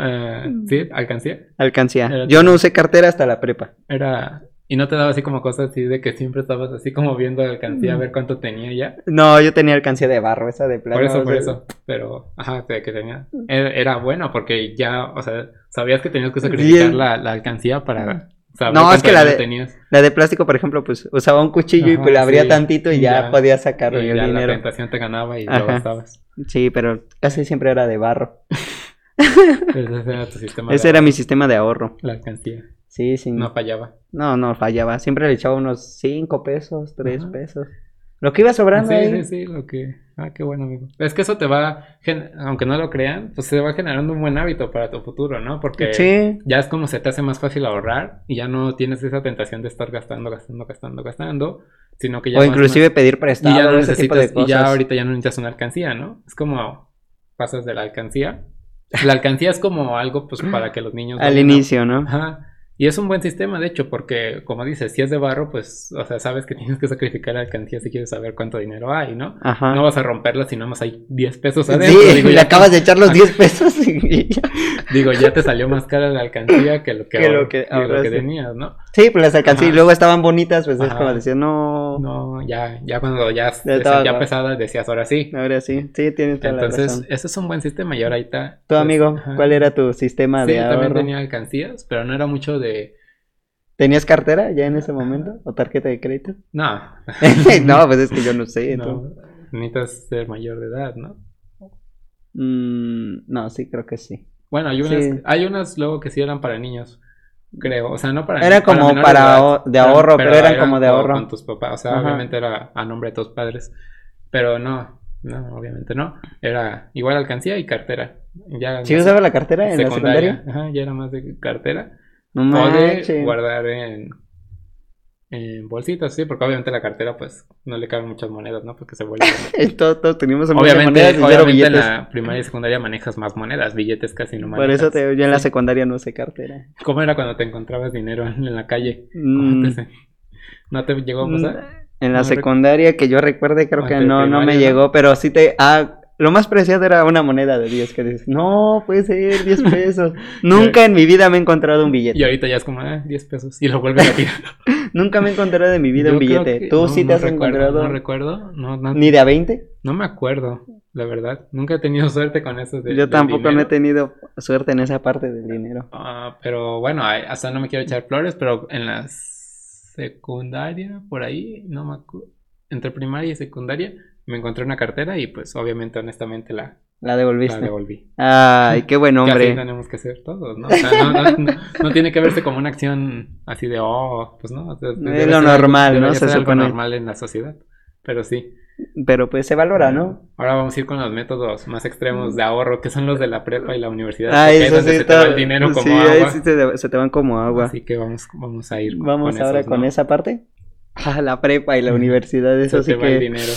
Speaker 2: Eh,
Speaker 1: Mm.
Speaker 2: ¿Sí? ¿Alcancía? Era
Speaker 1: Alcancía. Yo no usé cartera hasta la prepa.
Speaker 2: Era... ¿Y no te daba así como cosas así de que siempre estabas así como viendo alcancía a
Speaker 1: Mm.
Speaker 2: ver cuánto tenía ya?
Speaker 1: No, yo tenía alcancía de barro, esa de Mm. plata.
Speaker 2: Por eso, por eso. Pero, ajá, de que tenía. Era, era bueno porque ya, o sea, sabías que tenías que sacrificar
Speaker 1: Sí.
Speaker 2: la, la alcancía para
Speaker 1: Mm.
Speaker 2: saber
Speaker 1: No, es
Speaker 2: cuánto
Speaker 1: que la
Speaker 2: dinero
Speaker 1: de-
Speaker 2: tenías.
Speaker 1: La de plástico, por ejemplo, pues usaba un cuchillo y
Speaker 2: Ajá,
Speaker 1: pues le abría
Speaker 2: sí.
Speaker 1: tantito y ya,
Speaker 2: Ya.
Speaker 1: podía sacar
Speaker 2: Y
Speaker 1: el
Speaker 2: ya la
Speaker 1: dinero.
Speaker 2: tentación te ganaba y lo
Speaker 1: Ajá.
Speaker 2: gastabas.
Speaker 1: Sí, pero casi siempre era de barro.
Speaker 2: Entonces, Ese
Speaker 1: [laughs]
Speaker 2: era tu sistema.
Speaker 1: Ese
Speaker 2: de-
Speaker 1: era Mm. mi sistema de ahorro.
Speaker 2: La alcancía.
Speaker 1: Sí, sí.
Speaker 2: No
Speaker 1: No,
Speaker 2: fallaba.
Speaker 1: no, fallaba. Siempre le echaba unos 5 pesos, 3
Speaker 2: Ajá.
Speaker 1: pesos. Lo que iba sobrando
Speaker 2: Sí,
Speaker 1: ahí.
Speaker 2: sí, sí, lo que... Ah, qué bueno, amigo. Es que eso te va, gen- aunque no lo crean, pues se va generando un buen hábito para tu futuro, ¿no? Porque
Speaker 1: Sí.
Speaker 2: ya es como se te hace más fácil ahorrar y ya no tienes esa tentación de estar gastando, gastando, gastando, gastando, sino que ya...
Speaker 1: O
Speaker 2: más-
Speaker 1: inclusive pedir
Speaker 2: Y
Speaker 1: prestado,
Speaker 2: ya, no
Speaker 1: ese tipo de
Speaker 2: necesitas, y
Speaker 1: cosas.
Speaker 2: ya ahorita ya no necesitas una alcancía, ¿no? Es como pasas de la alcancía. La alcancía es como algo pues para que los niños...
Speaker 1: Al
Speaker 2: vayan a-
Speaker 1: inicio, ¿no?
Speaker 2: Ajá. Y es un buen sistema, de hecho, porque como dices, si es de barro, pues, o sea, sabes que tienes que sacrificar la alcancía si quieres saber cuánto dinero hay, ¿no?
Speaker 1: Ajá.
Speaker 2: No pues, vas a romperla si nada más hay 10 pesos adentro.
Speaker 1: sí,
Speaker 2: digo,
Speaker 1: le
Speaker 2: ya,
Speaker 1: acabas de
Speaker 2: [laughs]
Speaker 1: echar los
Speaker 2: Ah.
Speaker 1: 10 pesos y ya.
Speaker 2: digo, ya te salió más cara la alcancía que lo
Speaker 1: [laughs]
Speaker 2: que,
Speaker 1: Que lo
Speaker 2: ahor-
Speaker 1: que
Speaker 2: que lo que
Speaker 1: ahorraste.
Speaker 2: tenías, ¿no?
Speaker 1: Sí, pues las alcancé y
Speaker 2: Ajá.
Speaker 1: luego estaban bonitas, pues es
Speaker 2: Ajá.
Speaker 1: como decir, no,
Speaker 2: No, ya, ya cuando ya, se
Speaker 1: estaba
Speaker 2: sentía
Speaker 1: raro.
Speaker 2: pesada decías ahora sí.
Speaker 1: Ahora sí, sí, tienes toda la
Speaker 2: Entonces,
Speaker 1: razón.
Speaker 2: ese es un buen sistema y ahora ahí está.
Speaker 1: Tu
Speaker 2: pues,
Speaker 1: amigo,
Speaker 2: ajá.
Speaker 1: ¿cuál era tu sistema
Speaker 2: Sí,
Speaker 1: de
Speaker 2: yo
Speaker 1: ahorro?
Speaker 2: también tenía alcancías, pero no era mucho de
Speaker 1: ¿Tenías cartera ya en ese momento? ¿O tarjeta de
Speaker 2: [laughs]
Speaker 1: crédito? [laughs]
Speaker 2: No,
Speaker 1: no, pues es que yo no sé. entonces.
Speaker 2: no, necesitas ser mayor de edad, ¿no?
Speaker 1: Mm, no, sí, creo que sí.
Speaker 2: Bueno, hay unas,
Speaker 1: Sí.
Speaker 2: hay unas luego que sí eran para niños, creo. O sea, no para
Speaker 1: Era como
Speaker 2: menores
Speaker 1: para
Speaker 2: de edad,
Speaker 1: ahor- de ahorro, pero eran como de
Speaker 2: con-
Speaker 1: ahorro.
Speaker 2: Con tus papás, o sea,
Speaker 1: Ajá.
Speaker 2: obviamente era a nombre de tus padres. Pero no, no, obviamente no. Era igual alcancía y cartera. Ya
Speaker 1: ¿Sí
Speaker 2: no sé,
Speaker 1: usaba la cartera en la secundaria?
Speaker 2: Ajá, ya era más de cartera.
Speaker 1: No
Speaker 2: O de
Speaker 1: manches. [laughs]
Speaker 2: guardar en, en bolsitas, sí, porque obviamente la cartera pues no le caben muchas monedas, ¿no? Porque se vuelve...
Speaker 1: [laughs] Todos, todos teníamos un montón de
Speaker 2: obviamente
Speaker 1: monedas y cero
Speaker 2: obviamente en
Speaker 1: billetes.
Speaker 2: la primaria y secundaria manejas más monedas, billetes casi no manejas.
Speaker 1: Por eso te, yo en la secundaria no usé cartera.
Speaker 2: ¿Cómo era cuando te encontrabas dinero en la calle? eh,
Speaker 1: Mm,
Speaker 2: ¿No te llegó a pasar?
Speaker 1: en
Speaker 2: No
Speaker 1: la
Speaker 2: recu-
Speaker 1: secundaria que yo recuerde creo
Speaker 2: O
Speaker 1: que
Speaker 2: en
Speaker 1: no, no me
Speaker 2: primaria, ¿no?
Speaker 1: llegó, pero sí te... Ah, lo más preciado era una moneda de 10 que dices, no, puede ser
Speaker 2: [laughs]
Speaker 1: 10 pesos. Nunca en mi vida me he encontrado un
Speaker 2: Y
Speaker 1: billete.
Speaker 2: ahorita ya es como, ah, 10 pesos. Y lo vuelves
Speaker 1: [laughs]
Speaker 2: a tirar.
Speaker 1: Nunca me he encontrado en mi vida
Speaker 2: Yo
Speaker 1: un
Speaker 2: creo
Speaker 1: billete.
Speaker 2: que-
Speaker 1: ¿Tú
Speaker 2: no,
Speaker 1: sí te
Speaker 2: no
Speaker 1: has
Speaker 2: recuerdo,
Speaker 1: encontrado
Speaker 2: No recuerdo. No, no,
Speaker 1: ni de a 20?
Speaker 2: no me acuerdo, la verdad. Nunca he tenido suerte con eso. de-
Speaker 1: yo
Speaker 2: del
Speaker 1: tampoco no he
Speaker 2: dinero.
Speaker 1: tenido suerte en esa parte del dinero.
Speaker 2: Ah, pero bueno, ay, hasta no me quiero echar flores, pero en la secundaria, por ahí, no me acu- Entre primaria y secundaria, me encontré una cartera y pues obviamente, honestamente, la,
Speaker 1: La
Speaker 2: la
Speaker 1: devolviste.
Speaker 2: devolví.
Speaker 1: Ay, qué
Speaker 2: [laughs]
Speaker 1: buen
Speaker 2: Que así
Speaker 1: hombre.
Speaker 2: tenemos que hacer todos, ¿no? O sea, no, no, no- no tiene que verse como una acción así de, oh, pues no. o sea, debe
Speaker 1: lo
Speaker 2: ser
Speaker 1: normal,
Speaker 2: algo-
Speaker 1: ¿no?
Speaker 2: debería
Speaker 1: Se
Speaker 2: ser algo
Speaker 1: supone.
Speaker 2: normal en la sociedad, pero sí.
Speaker 1: Pero pues se valora, ¿no?
Speaker 2: Ahora vamos a ir con los métodos más extremos de ahorro, que son los de la prepa y la universidad.
Speaker 1: Ay,
Speaker 2: porque ahí es
Speaker 1: Ah, eso
Speaker 2: donde
Speaker 1: sí
Speaker 2: se te va
Speaker 1: está-
Speaker 2: el dinero como
Speaker 1: sí,
Speaker 2: agua.
Speaker 1: ahí sí se, se te van como agua.
Speaker 2: Así que vamos, vamos a ir con-
Speaker 1: Vamos
Speaker 2: con
Speaker 1: ahora
Speaker 2: esos,
Speaker 1: con
Speaker 2: ¿no?
Speaker 1: esa [laughs] parte. Ah, la prepa y la
Speaker 2: Mm.
Speaker 1: universidad, eso
Speaker 2: Se
Speaker 1: sí
Speaker 2: te va el
Speaker 1: que...
Speaker 2: dinero.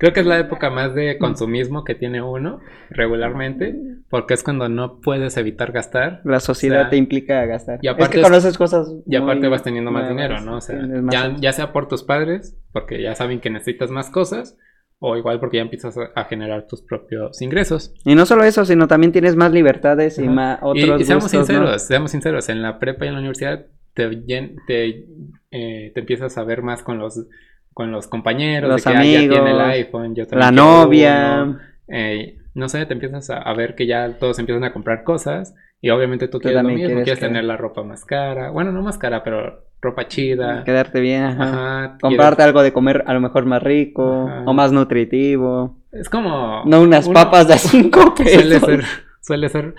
Speaker 2: Creo que es la época más de consumismo que tiene uno regularmente, porque es cuando no puedes evitar gastar
Speaker 1: La sociedad
Speaker 2: O sea,
Speaker 1: te implica a gastar.
Speaker 2: y
Speaker 1: es
Speaker 2: aparte
Speaker 1: que
Speaker 2: es-
Speaker 1: conoces cosas.
Speaker 2: Y aparte
Speaker 1: muy
Speaker 2: vas teniendo más
Speaker 1: nuevas,
Speaker 2: dinero, ¿no? O sea,
Speaker 1: tienes más
Speaker 2: ya,
Speaker 1: opciones.
Speaker 2: ya sea por tus padres, porque ya saben que necesitas más cosas, o igual porque ya empiezas a, a generar tus propios ingresos.
Speaker 1: Y no solo eso, sino también tienes más libertades y
Speaker 2: Ajá.
Speaker 1: más
Speaker 2: Y,
Speaker 1: otros
Speaker 2: y seamos
Speaker 1: gustos, ¿no?
Speaker 2: sinceros, seamos sinceros, en la prepa y en la universidad te, llen- te, eh, te empiezas a ver más con los, con los compañeros,
Speaker 1: Los
Speaker 2: de que ah, ya tiene el
Speaker 1: amigos,
Speaker 2: iPhone, yo también
Speaker 1: La
Speaker 2: quiero
Speaker 1: novia...
Speaker 2: uno. Eh, no sé, te empiezas a, a ver que ya todos empiezan a comprar cosas y obviamente tú
Speaker 1: Tú
Speaker 2: quieres lo
Speaker 1: también este.
Speaker 2: mismo,
Speaker 1: quieres
Speaker 2: quieres,
Speaker 1: que-
Speaker 2: tener la ropa más cara, bueno, no más cara, pero ropa chida.
Speaker 1: mm, Quedarte bien, ajá.
Speaker 2: Ajá,
Speaker 1: Comprarte algo de comer a lo mejor más rico
Speaker 2: Ajá.
Speaker 1: o más nutritivo.
Speaker 2: quieres- Es como.
Speaker 1: No unas
Speaker 2: uno
Speaker 1: papas de a cinco pesos. [laughs]
Speaker 2: [laughs] Suele ser. Suele ser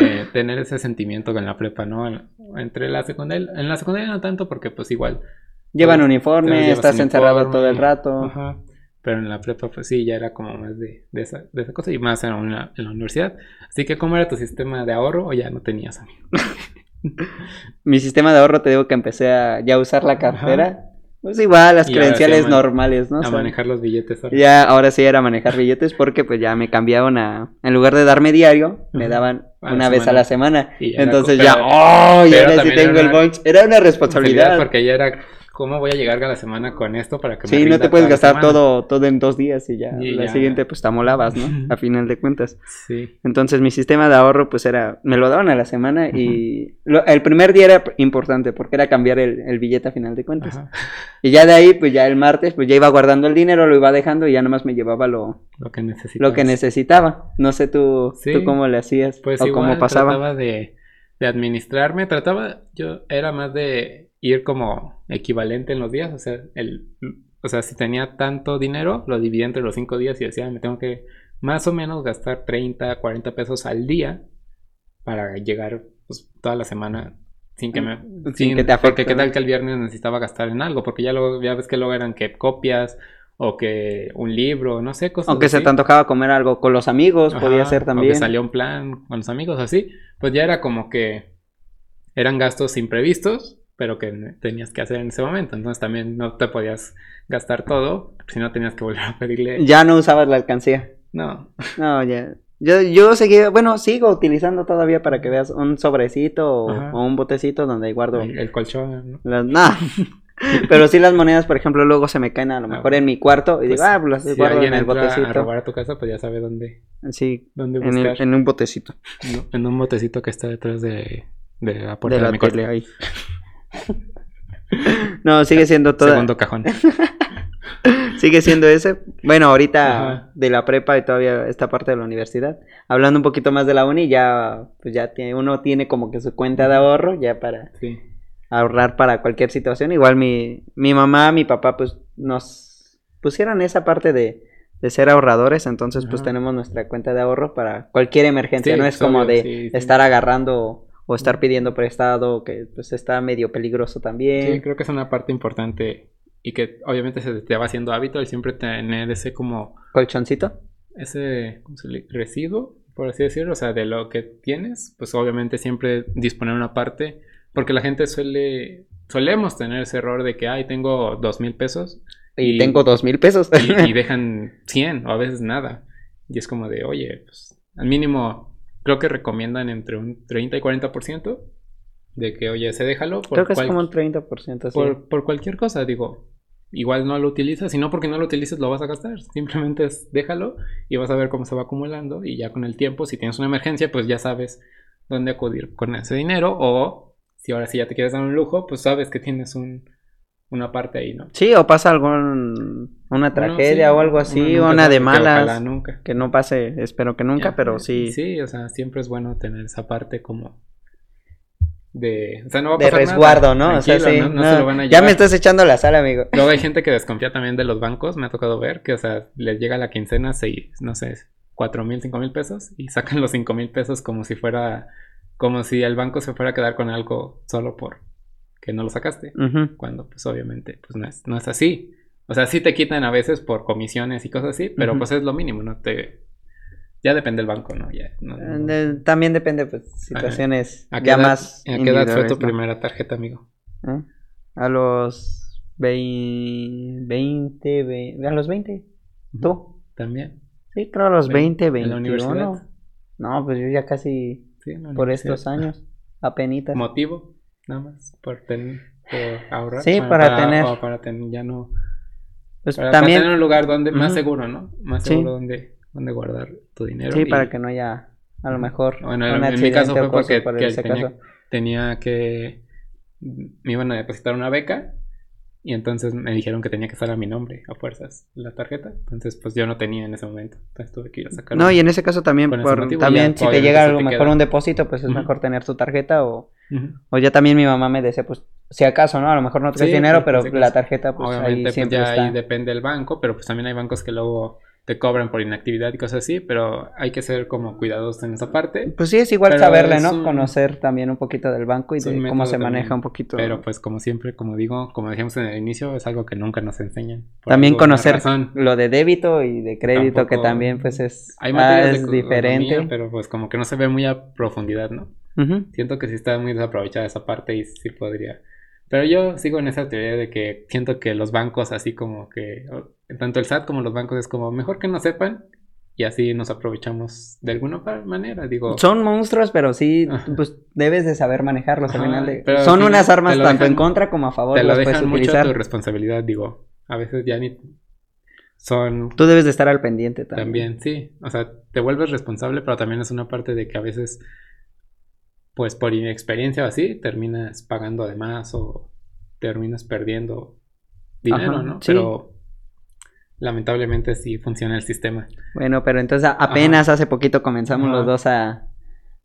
Speaker 2: eh, tener ese sentimiento con la prepa, ¿no? En- Entre la secundaria. En la secundaria no tanto, porque pues igual.
Speaker 1: Llevan
Speaker 2: Te-
Speaker 1: uniforme,
Speaker 2: te llevas
Speaker 1: estás encerrado
Speaker 2: uniforme.
Speaker 1: todo el rato.
Speaker 2: Ajá. Pero en la prepa, pues sí, ya era como más de, de esa, de esa cosa y más en, una- en la universidad. Así que, ¿cómo era tu sistema de ahorro o ya no tenías, amigo?
Speaker 1: Mi sistema de ahorro te digo que empecé a ya usar la cartera. Pues igual, las
Speaker 2: Y ahora sí
Speaker 1: credenciales
Speaker 2: a man-
Speaker 1: normales, ¿no? O
Speaker 2: a
Speaker 1: sea,
Speaker 2: manejar los billetes. ahora.
Speaker 1: Ya ahora sí era manejar billetes porque pues ya me cambiaban a... En lugar de darme diario, me
Speaker 2: Ujú.
Speaker 1: daban
Speaker 2: A la
Speaker 1: una vez a
Speaker 2: semana.
Speaker 1: la semana.
Speaker 2: Y era
Speaker 1: Entonces
Speaker 2: co-
Speaker 1: ya,
Speaker 2: pero-
Speaker 1: ¡oh! Y
Speaker 2: pero
Speaker 1: ahora sí
Speaker 2: también
Speaker 1: tengo
Speaker 2: era
Speaker 1: el
Speaker 2: una
Speaker 1: bonch. Era una responsabilidad.
Speaker 2: Responsabilidad, Porque ya era, ¿cómo voy a llegar a la semana con esto para que me
Speaker 1: Sí, no
Speaker 2: rinda
Speaker 1: te puedes
Speaker 2: toda la
Speaker 1: gastar
Speaker 2: semana?
Speaker 1: todo, todo en dos días y ya.
Speaker 2: Y
Speaker 1: la
Speaker 2: ya.
Speaker 1: siguiente, pues te amolabas, ¿no? A final de cuentas.
Speaker 2: Sí.
Speaker 1: Entonces, mi sistema de ahorro, pues era. Me lo daban a la semana y. lo- el primer día era importante porque era cambiar el, el billete a final de cuentas.
Speaker 2: Ajá.
Speaker 1: Y ya de ahí, pues ya el martes, pues ya iba guardando el dinero, lo iba dejando y ya nomás me llevaba lo,
Speaker 2: Lo que necesitas.
Speaker 1: lo que necesitaba. No sé tú,
Speaker 2: Sí.
Speaker 1: tú cómo le hacías
Speaker 2: Pues
Speaker 1: o
Speaker 2: igual
Speaker 1: cómo pasaba.
Speaker 2: trataba de, de administrarme, trataba, yo era más de ir como equivalente en los días, o sea, el, o sea, si tenía tanto dinero, lo dividía entre los cinco días y decía, me tengo que más o menos gastar 30, 40 pesos al día para llegar pues, toda la semana sin que me...
Speaker 1: Mm, Sin que te afecte,
Speaker 2: Porque qué
Speaker 1: ¿no?
Speaker 2: tal que el viernes necesitaba gastar en algo, porque ya, luego, ya ves que luego eran que copias o que un libro, no sé, cosas
Speaker 1: Aunque se
Speaker 2: así.
Speaker 1: te antojaba comer algo con los amigos, podía
Speaker 2: Ajá,
Speaker 1: ser
Speaker 2: o
Speaker 1: también.
Speaker 2: que salía un plan con los amigos, así. Pues ya era como que eran gastos imprevistos, pero que n- tenías que hacer en ese momento. Entonces también no te podías gastar todo, si no tenías que volver a pedirle.
Speaker 1: Ya no usabas la alcancía.
Speaker 2: No,
Speaker 1: No, ya. Yo, yo seguí, bueno, sigo utilizando todavía para que veas un sobrecito o,
Speaker 2: Ajá.
Speaker 1: o un botecito donde guardo
Speaker 2: el, el colchón. ¿no?
Speaker 1: las.
Speaker 2: [laughs]
Speaker 1: No. Pero sí las monedas, por ejemplo, luego se me caen a lo
Speaker 2: Ah,
Speaker 1: mejor en mi cuarto y
Speaker 2: Pues,
Speaker 1: digo, ah, pues las
Speaker 2: Si
Speaker 1: guardo
Speaker 2: alguien
Speaker 1: en el
Speaker 2: entra a
Speaker 1: botecito.
Speaker 2: robar a tu casa, pues ya sabe dónde,
Speaker 1: Sí,
Speaker 2: dónde
Speaker 1: en, el-
Speaker 2: buscar.
Speaker 1: en un botecito.
Speaker 2: No, en un botecito que está detrás de, de la puerta
Speaker 1: de
Speaker 2: de,
Speaker 1: la
Speaker 2: mi cuarto.
Speaker 1: tele ahí. [laughs] no, sigue siendo toda, [laughs]
Speaker 2: Segundo cajón.
Speaker 1: sigue siendo ese. Bueno, ahorita
Speaker 2: Ajá.
Speaker 1: de la prepa y todavía esta parte de la universidad. Hablando un poquito más de la uni, ya, pues ya tiene, uno tiene como que su cuenta de ahorro ya para
Speaker 2: Sí.
Speaker 1: ahorrar para cualquier situación. Igual mi, mi mamá, mi papá, pues nos pusieron esa parte de, de ser ahorradores, entonces pues
Speaker 2: Ajá.
Speaker 1: tenemos nuestra cuenta de ahorro para cualquier emergencia,
Speaker 2: Sí,
Speaker 1: no es
Speaker 2: es
Speaker 1: como
Speaker 2: obvio,
Speaker 1: de
Speaker 2: sí, sí.
Speaker 1: estar agarrando o, o estar pidiendo prestado, que pues está medio peligroso
Speaker 2: Sí,
Speaker 1: también.
Speaker 2: creo que es una parte importante y que obviamente se te va haciendo hábito el siempre tener ese como
Speaker 1: Colchoncito.
Speaker 2: ese ¿cómo se le- residuo, por así decirlo, o sea, de lo que tienes, pues obviamente siempre disponer una parte, porque la gente suele, solemos tener ese error de que, ay, tengo dos mil
Speaker 1: [laughs]
Speaker 2: pesos
Speaker 1: Y,
Speaker 2: Y-
Speaker 1: tengo dos mil pesos.
Speaker 2: y, y dejan 100 o a veces nada. Y es como de, oye, pues al mínimo creo que recomiendan entre un 30 y 40% de que, oye, se déjalo por,
Speaker 1: [laughs] Creo que es
Speaker 2: cual-
Speaker 1: como un 30%. sí.
Speaker 2: por, por cualquier cosa, digo. Igual no lo utilizas, y no porque no lo utilices lo vas a gastar, simplemente es déjalo y vas a ver cómo se va acumulando y ya con el tiempo, si tienes una emergencia, pues ya sabes dónde acudir con ese dinero o si ahora sí ya te quieres dar un lujo, pues sabes que tienes un, una parte ahí, ¿no?
Speaker 1: Sí, o pasa algún una tragedia o algo así,
Speaker 2: o
Speaker 1: una, de malas.
Speaker 2: nunca.
Speaker 1: Que no pase, espero que nunca,
Speaker 2: Ya,
Speaker 1: pero
Speaker 2: eh,
Speaker 1: sí.
Speaker 2: Sí, o sea, siempre es bueno tener esa parte como de, o sea, no va a
Speaker 1: De
Speaker 2: pasar nada.
Speaker 1: resguardo, ¿no? O sea,
Speaker 2: Tranquilo,
Speaker 1: sí.
Speaker 2: no, no
Speaker 1: no,
Speaker 2: se lo van a
Speaker 1: ya
Speaker 2: llevar.
Speaker 1: me estás echando la sal, amigo.
Speaker 2: Luego hay gente que desconfía también de los bancos, me ha tocado ver, que, o sea, les llega la quincena, seis, no sé, cuatro mil, cinco mil pesos y sacan los cinco mil pesos como si fuera, como si el banco se fuera a quedar con algo solo por que no lo sacaste.
Speaker 1: Ujú.
Speaker 2: cuando pues obviamente pues no es, no es así. O sea, sí te quitan a veces por comisiones y cosas así, pero
Speaker 1: Ujú.
Speaker 2: pues es lo mínimo, ¿no? Te... Ya depende del banco, ¿no? Ya, no, no-
Speaker 1: Eh, También depende, pues, situaciones
Speaker 2: ¿A qué
Speaker 1: ya
Speaker 2: edad-
Speaker 1: más.
Speaker 2: ¿A qué edad fue tu
Speaker 1: individuales, ¿no?
Speaker 2: primera tarjeta, amigo?
Speaker 1: ¿Eh? A los 20, 20, ve- a los 20. ¿Tú?
Speaker 2: También.
Speaker 1: Sí, creo a los 20,
Speaker 2: ¿En la
Speaker 1: 21.
Speaker 2: universidad?
Speaker 1: No, pues yo ya casi
Speaker 2: Sí, en la
Speaker 1: por
Speaker 2: universidad.
Speaker 1: estos años, apenitas.
Speaker 2: ¿Motivo? Nada más, por, tener, por ahorrar.
Speaker 1: Sí,
Speaker 2: Bueno,
Speaker 1: para tener.
Speaker 2: o para tener, ya no...
Speaker 1: Pues
Speaker 2: Para, para
Speaker 1: también,
Speaker 2: tener un lugar donde, más
Speaker 1: Ujú.
Speaker 2: seguro, ¿no? Más
Speaker 1: Sí.
Speaker 2: seguro donde, donde guardar tu dinero.
Speaker 1: sí,
Speaker 2: y-
Speaker 1: para que no haya, a lo mejor,
Speaker 2: Bueno,
Speaker 1: un
Speaker 2: en mi
Speaker 1: accidente
Speaker 2: caso fue
Speaker 1: o cosas
Speaker 2: porque-
Speaker 1: por
Speaker 2: que
Speaker 1: ese
Speaker 2: tenía-
Speaker 1: caso.
Speaker 2: tenía que me iban a depositar una beca y entonces me dijeron que tenía que estar a mi nombre a fuerzas la tarjeta entonces pues yo no tenía en ese momento entonces tuve que ir a sacar
Speaker 1: No,
Speaker 2: una.
Speaker 1: y en ese caso también,
Speaker 2: con ese
Speaker 1: por-
Speaker 2: motivo
Speaker 1: también
Speaker 2: ya,
Speaker 1: si te
Speaker 2: obviamente
Speaker 1: llega a
Speaker 2: se
Speaker 1: lo
Speaker 2: te
Speaker 1: mejor
Speaker 2: queda.
Speaker 1: un depósito, pues es
Speaker 2: Ujú.
Speaker 1: mejor tener tu tarjeta o,
Speaker 2: Ujú.
Speaker 1: o ya también mi mamá me decía, pues si acaso, ¿no? A lo mejor no traes
Speaker 2: Sí,
Speaker 1: dinero,
Speaker 2: pues,
Speaker 1: pero
Speaker 2: sí,
Speaker 1: la
Speaker 2: pues,
Speaker 1: tarjeta pues ahí
Speaker 2: obviamente pues
Speaker 1: siempre
Speaker 2: ya
Speaker 1: está.
Speaker 2: ahí depende del banco pero pues también hay bancos que luego te cobran por inactividad y cosas así pero hay que ser como cuidadosos en esa parte
Speaker 1: Pues sí, es igual
Speaker 2: Pero
Speaker 1: saberle,
Speaker 2: es
Speaker 1: ¿no?
Speaker 2: un-
Speaker 1: Conocer también un poquito del banco y
Speaker 2: es un
Speaker 1: de cómo
Speaker 2: método
Speaker 1: se maneja
Speaker 2: también,
Speaker 1: un poquito.
Speaker 2: pero pues como siempre como digo como decíamos en el inicio es algo que nunca nos enseñan por
Speaker 1: también
Speaker 2: alguna
Speaker 1: conocer
Speaker 2: razón.
Speaker 1: lo de débito y de crédito, que
Speaker 2: Tampoco-
Speaker 1: también pues es,
Speaker 2: hay
Speaker 1: ah,
Speaker 2: materias de
Speaker 1: es
Speaker 2: economía,
Speaker 1: diferente.
Speaker 2: pero pues como que no se ve muy a profundidad no
Speaker 1: Ujú.
Speaker 2: Siento que sí está muy desaprovechada esa parte y sí podría. Pero yo sigo en esa teoría de que siento que los bancos, así como que, o- tanto el SAT como los bancos, es como mejor que no sepan y así nos aprovechamos de alguna pa- manera. Digo,
Speaker 1: Son monstruos, pero sí,
Speaker 2: Ajá.
Speaker 1: pues debes de saber manejarlos al
Speaker 2: Ajá,
Speaker 1: final. de-
Speaker 2: pero al
Speaker 1: Son
Speaker 2: final
Speaker 1: unas
Speaker 2: te
Speaker 1: armas
Speaker 2: lo
Speaker 1: tanto
Speaker 2: dejan-
Speaker 1: en contra como a favor,
Speaker 2: te lo
Speaker 1: las puedes
Speaker 2: dejan mucho a
Speaker 1: pues, utilizar.
Speaker 2: tu responsabilidad. Digo, a veces ya ni son
Speaker 1: Tú debes de estar al pendiente también.
Speaker 2: También, sí. O sea, te vuelves responsable, pero también es una parte de que a veces, pues por inexperiencia o así, terminas pagando de más o terminas perdiendo dinero,
Speaker 1: Ajá,
Speaker 2: ¿no?
Speaker 1: sí.
Speaker 2: Pero lamentablemente sí funciona el sistema.
Speaker 1: Bueno, pero entonces a- apenas hace poquito comenzamos
Speaker 2: Ajá.
Speaker 1: los dos a,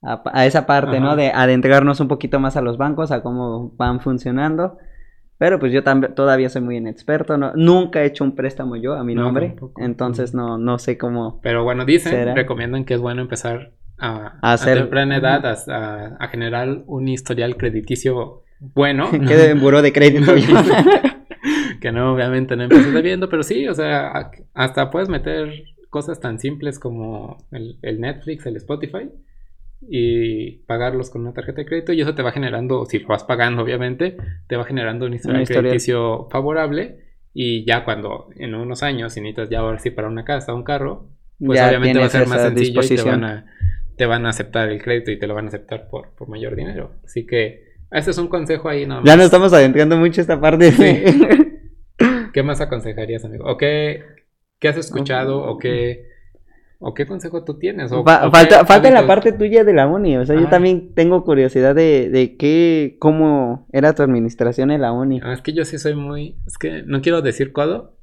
Speaker 1: a, a esa parte, ¿no?
Speaker 2: Ajá.
Speaker 1: De adentrarnos un poquito más a los bancos, a cómo van funcionando. Pero pues yo tam- todavía soy muy inexperto, ¿no? Nunca he hecho un préstamo yo a mi
Speaker 2: No,
Speaker 1: nombre,
Speaker 2: tampoco.
Speaker 1: entonces no, no sé
Speaker 2: [laughs]
Speaker 1: cómo...
Speaker 2: Pero bueno, dicen,
Speaker 1: ¿Será?
Speaker 2: recomiendan que es bueno empezar a,
Speaker 1: A
Speaker 2: a
Speaker 1: hacer-
Speaker 2: temprana edad a, a- a generar un historial crediticio
Speaker 1: [laughs]
Speaker 2: bueno. ¿no?
Speaker 1: ¿Qué
Speaker 2: [laughs]
Speaker 1: de buró de crédito? [laughs]
Speaker 2: que no, obviamente no empieces debiendo, pero sí, o sea, a- hasta puedes meter cosas tan simples como el, el Netflix, el Spotify y pagarlos con una tarjeta de crédito y eso te va generando, si lo vas pagando obviamente, te va generando un historial
Speaker 1: historial.
Speaker 2: crediticio favorable y ya cuando en unos años si necesitas ya ahora sí para una casa, un carro, pues
Speaker 1: Ya
Speaker 2: obviamente va a
Speaker 1: tienes
Speaker 2: ser más
Speaker 1: esa
Speaker 2: sencillo y te
Speaker 1: disposición.
Speaker 2: van a te van a aceptar el crédito y te lo van a aceptar por, por mayor dinero. Así que ese es un consejo ahí nada más.
Speaker 1: ya nos estamos adentrando mucho esta parte. de-
Speaker 2: [laughs] ¿Qué más aconsejarías, amigo? ¿O qué, qué has escuchado? ¿O qué, o qué consejo tú tienes? ¿O,
Speaker 1: Fa-
Speaker 2: o qué
Speaker 1: falta falta la
Speaker 2: hábitos?
Speaker 1: parte tuya de la uni, o sea, yo
Speaker 2: Ah.
Speaker 1: también tengo curiosidad de, de qué, cómo era tu administración en la uni.
Speaker 2: Ah, es que yo sí soy muy... Es que no quiero decir codo.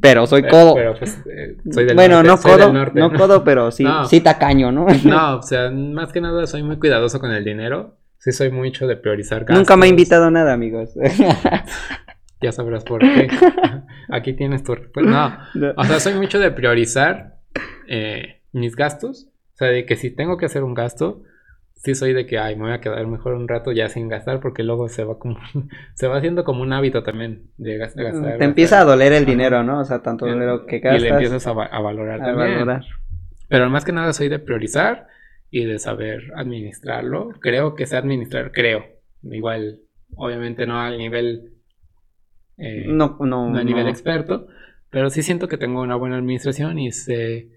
Speaker 1: Pero soy
Speaker 2: pe-
Speaker 1: codo.
Speaker 2: Pero pues eh, soy del
Speaker 1: bueno,
Speaker 2: norte.
Speaker 1: no
Speaker 2: soy
Speaker 1: codo,
Speaker 2: del norte, [laughs]
Speaker 1: no codo, pero sí,
Speaker 2: No.
Speaker 1: sí tacaño, ¿no?
Speaker 2: No, o sea, más que nada soy muy cuidadoso con el dinero. Sí, soy mucho de priorizar gastos.
Speaker 1: Nunca me ha invitado nada, amigos. [laughs]
Speaker 2: Ya sabrás por qué. Aquí tienes tu respuesta. No.
Speaker 1: No.
Speaker 2: O sea, soy mucho de priorizar eh, mis gastos. O sea, de que si tengo que hacer un gasto, sí soy de que, ay, me voy a quedar mejor un rato ya sin gastar, porque luego se va como, [laughs] se va haciendo como un hábito también de gas- gastar. gastar.
Speaker 1: Te empieza a doler el
Speaker 2: Ajá.
Speaker 1: dinero, ¿no? O sea, tanto dinero que gastas.
Speaker 2: Y le empiezas a, va- a valorar
Speaker 1: a
Speaker 2: también.
Speaker 1: valorar.
Speaker 2: Pero más que nada soy de priorizar y de saber administrarlo. Creo que sé administrar, creo. Igual, obviamente no al nivel... eh,
Speaker 1: No, no,
Speaker 2: no a nivel
Speaker 1: no.
Speaker 2: experto, pero sí siento que tengo una buena administración y sé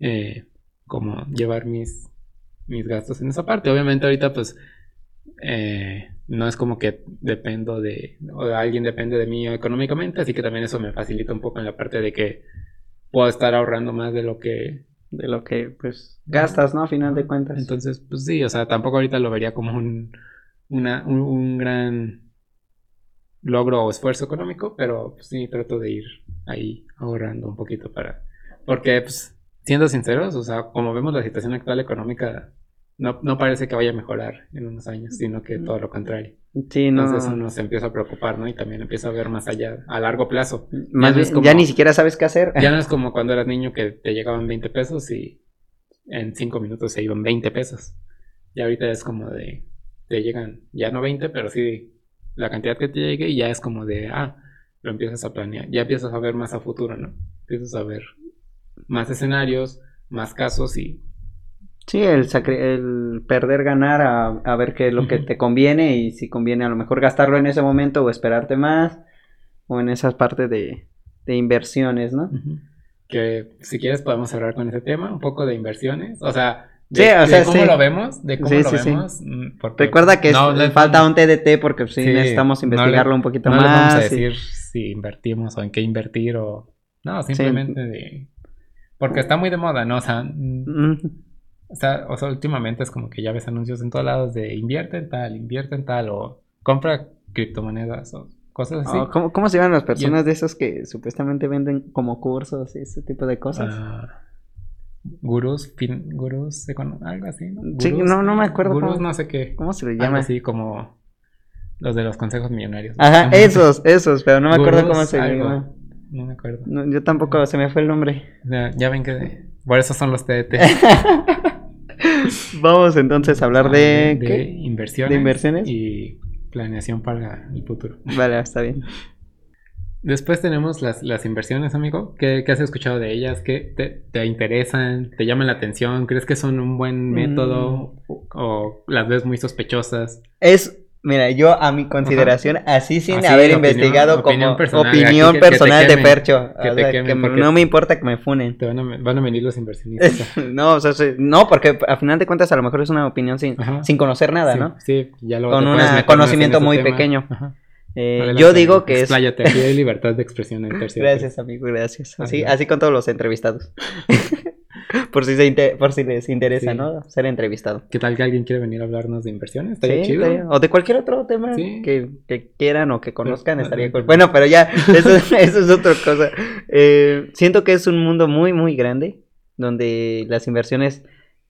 Speaker 2: eh, cómo llevar mis, mis gastos en esa parte. Obviamente ahorita pues eh, no es como que dependo de, o alguien depende de mí económicamente, así que también eso me facilita un poco en la parte de que puedo estar ahorrando más de lo que...
Speaker 1: de lo que pues gastas, ¿no? A final de cuentas.
Speaker 2: Entonces, pues sí, o sea, tampoco ahorita lo vería como un, una- un, un gran logro o esfuerzo económico, pero pues, sí trato de ir ahí ahorrando un poquito para... Porque, pues, siendo sinceros, o sea, como vemos la situación actual económica, no, no parece que vaya a mejorar en unos años, sino que todo lo contrario.
Speaker 1: sí, no.
Speaker 2: Entonces uno se empieza a preocupar, ¿no? Y también empieza a ver más allá, a largo plazo.
Speaker 1: Más
Speaker 2: ya no es
Speaker 1: bien,
Speaker 2: como-
Speaker 1: ya ni siquiera sabes qué hacer.
Speaker 2: Ya no es como cuando eras niño que te llegaban 20 pesos y en 5 minutos se iban 20 pesos. Y ahorita es como de, te llegan ya no 20, pero sí la cantidad que te llegue y ya es como de, ah, lo empiezas a planear, ya empiezas a ver más a futuro, ¿no? Empiezas a ver más escenarios, más casos y...
Speaker 1: Sí, el, sacri- el perder, ganar, a, a ver qué es lo que
Speaker 2: Ujú.
Speaker 1: te conviene y si conviene a lo mejor gastarlo en ese momento o esperarte más o en esas partes de, de inversiones, ¿no?
Speaker 2: que si quieres podemos hablar con ese tema, un poco de inversiones, o sea...
Speaker 1: Sí,
Speaker 2: De,
Speaker 1: o
Speaker 2: de
Speaker 1: sea,
Speaker 2: cómo
Speaker 1: sí.
Speaker 2: lo vemos, de cómo
Speaker 1: Sí,
Speaker 2: lo
Speaker 1: sí, sí.
Speaker 2: vemos. mm, porque
Speaker 1: Recuerda que
Speaker 2: no,
Speaker 1: es-
Speaker 2: no es-
Speaker 1: falta un TDT porque pues, sí,
Speaker 2: Sí,
Speaker 1: necesitamos
Speaker 2: no le-
Speaker 1: investigarlo un poquito
Speaker 2: No les
Speaker 1: más.
Speaker 2: vamos a
Speaker 1: y-
Speaker 2: decir si invertimos o en qué invertir o... No, simplemente de... Porque está muy de moda, ¿no? O sea, mm,
Speaker 1: Ujú.
Speaker 2: o sea, o sea, últimamente es como que ya ves anuncios en todos lados de invierte en tal, invierte en tal o compra criptomonedas o cosas así.
Speaker 1: Oh, ¿cómo, cómo se llaman las personas de esos que supuestamente venden como cursos y ese tipo de cosas?
Speaker 2: Ah, gurús, fin- gurús, econo- algo así, ¿no?
Speaker 1: Sí,
Speaker 2: Gurús-
Speaker 1: no, no me acuerdo
Speaker 2: Gurús
Speaker 1: cómo-
Speaker 2: no sé qué.
Speaker 1: ¿Cómo se le
Speaker 2: Algo
Speaker 1: llama?
Speaker 2: así como los de los consejos millonarios.
Speaker 1: Ajá,
Speaker 2: Ajá.
Speaker 1: esos, esos, pero no me acuerdo
Speaker 2: Gurús
Speaker 1: cómo se
Speaker 2: algo.
Speaker 1: llama.
Speaker 2: No me acuerdo.
Speaker 1: No, yo tampoco, se me fue el nombre.
Speaker 2: O sea, ya ven que... Por eso son los E
Speaker 1: [laughs]
Speaker 2: TDT.
Speaker 1: Vamos entonces a
Speaker 2: Ah,
Speaker 1: hablar de... ¿qué?
Speaker 2: inversiones.
Speaker 1: ¿De inversiones?
Speaker 2: Y planeación para el futuro.
Speaker 1: Vale, está bien.
Speaker 2: Después tenemos las, las inversiones, amigo. ¿Qué, qué has escuchado de ellas? ¿Qué te, te interesan? ¿Te llaman la atención? ¿Crees que son un
Speaker 1: Mm.
Speaker 2: buen método? ¿O las ves muy sospechosas?
Speaker 1: Es, mira, yo a mi consideración, así sin
Speaker 2: Así,
Speaker 1: haber
Speaker 2: opinión-
Speaker 1: investigado
Speaker 2: opinión
Speaker 1: como
Speaker 2: personal,
Speaker 1: opinión
Speaker 2: aquí que- que te
Speaker 1: personal de
Speaker 2: quemen,
Speaker 1: Percho.
Speaker 2: que
Speaker 1: o
Speaker 2: te
Speaker 1: sea,
Speaker 2: quemen,
Speaker 1: que me-
Speaker 2: porque-
Speaker 1: no me importa que me funen. [laughs]
Speaker 2: Te van a, van a venir los inversionistas.
Speaker 1: No, o sea, sí, no, porque a final de cuentas a lo mejor es una opinión sin,
Speaker 2: Ajá.
Speaker 1: sin conocer [laughs] nada, ¿no?
Speaker 2: Sí, sí, ya lo
Speaker 1: Con
Speaker 2: te
Speaker 1: un
Speaker 2: puedes meter
Speaker 1: conocimiento
Speaker 2: más en
Speaker 1: muy
Speaker 2: ese tema.
Speaker 1: pequeño.
Speaker 2: Ajá.
Speaker 1: Eh,
Speaker 2: Adelante,
Speaker 1: yo digo
Speaker 2: amigo,
Speaker 1: que es...
Speaker 2: expláyate, aquí hay libertad de expresión en tercero.
Speaker 1: Gracias, amigo, gracias. Así,
Speaker 2: Ajá.
Speaker 1: así con todos los
Speaker 2: [laughs]
Speaker 1: entrevistados. [laughs] por, si se inte- por si les interesa,
Speaker 2: Sí.
Speaker 1: ¿no? Ser entrevistado.
Speaker 2: ¿Qué tal que alguien quiere venir a hablarnos de inversiones?
Speaker 1: Sí,
Speaker 2: Estaría chido.
Speaker 1: estaría- O de cualquier otro tema
Speaker 2: Sí.
Speaker 1: que, que quieran o que conozcan,
Speaker 2: Pero-
Speaker 1: estaría cool. Bueno, pero ya, [laughs] eso, es- eso es otra cosa. Eh, siento que es un mundo muy, muy grande, donde las inversiones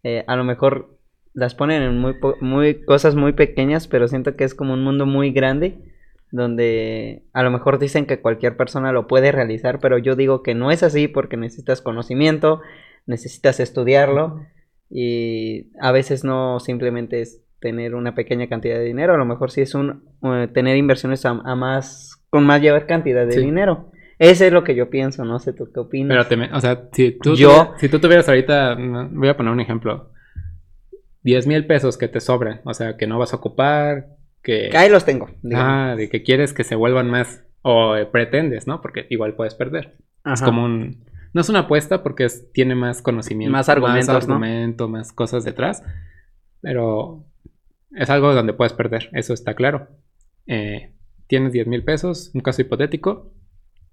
Speaker 1: eh, a lo mejor las ponen en muy, po- muy cosas muy pequeñas, pero siento que es como un mundo muy grande, donde a lo mejor dicen que cualquier persona lo puede realizar, pero yo digo que no es así porque necesitas conocimiento, necesitas estudiarlo. Y a veces no simplemente es tener una pequeña cantidad de dinero, a lo mejor sí es un eh, tener inversiones a, a más, con más llevar cantidad de
Speaker 2: Sí.
Speaker 1: dinero. Ese es lo que yo pienso, no sé tú qué opinas.
Speaker 2: Pero te, me- o sea, si tú,
Speaker 1: Mm. Yo-
Speaker 2: tuvi- si tú tuvieras ahorita, no, voy a poner un ejemplo, 10 mil pesos que te sobran, o sea, que no vas a ocupar, que,
Speaker 1: Ahí los tengo. digamos.
Speaker 2: ah, de que quieres que se vuelvan más, o eh, pretendes, ¿no? Porque igual puedes perder. Es
Speaker 1: Ajá.
Speaker 2: como un, no es una apuesta porque es- tiene más conocimiento.
Speaker 1: Más argumentos, ¿no?
Speaker 2: Más argumento, más cosas detrás, pero es algo donde puedes perder, eso está claro. Eh, tienes 10 mil pesos, un caso hipotético,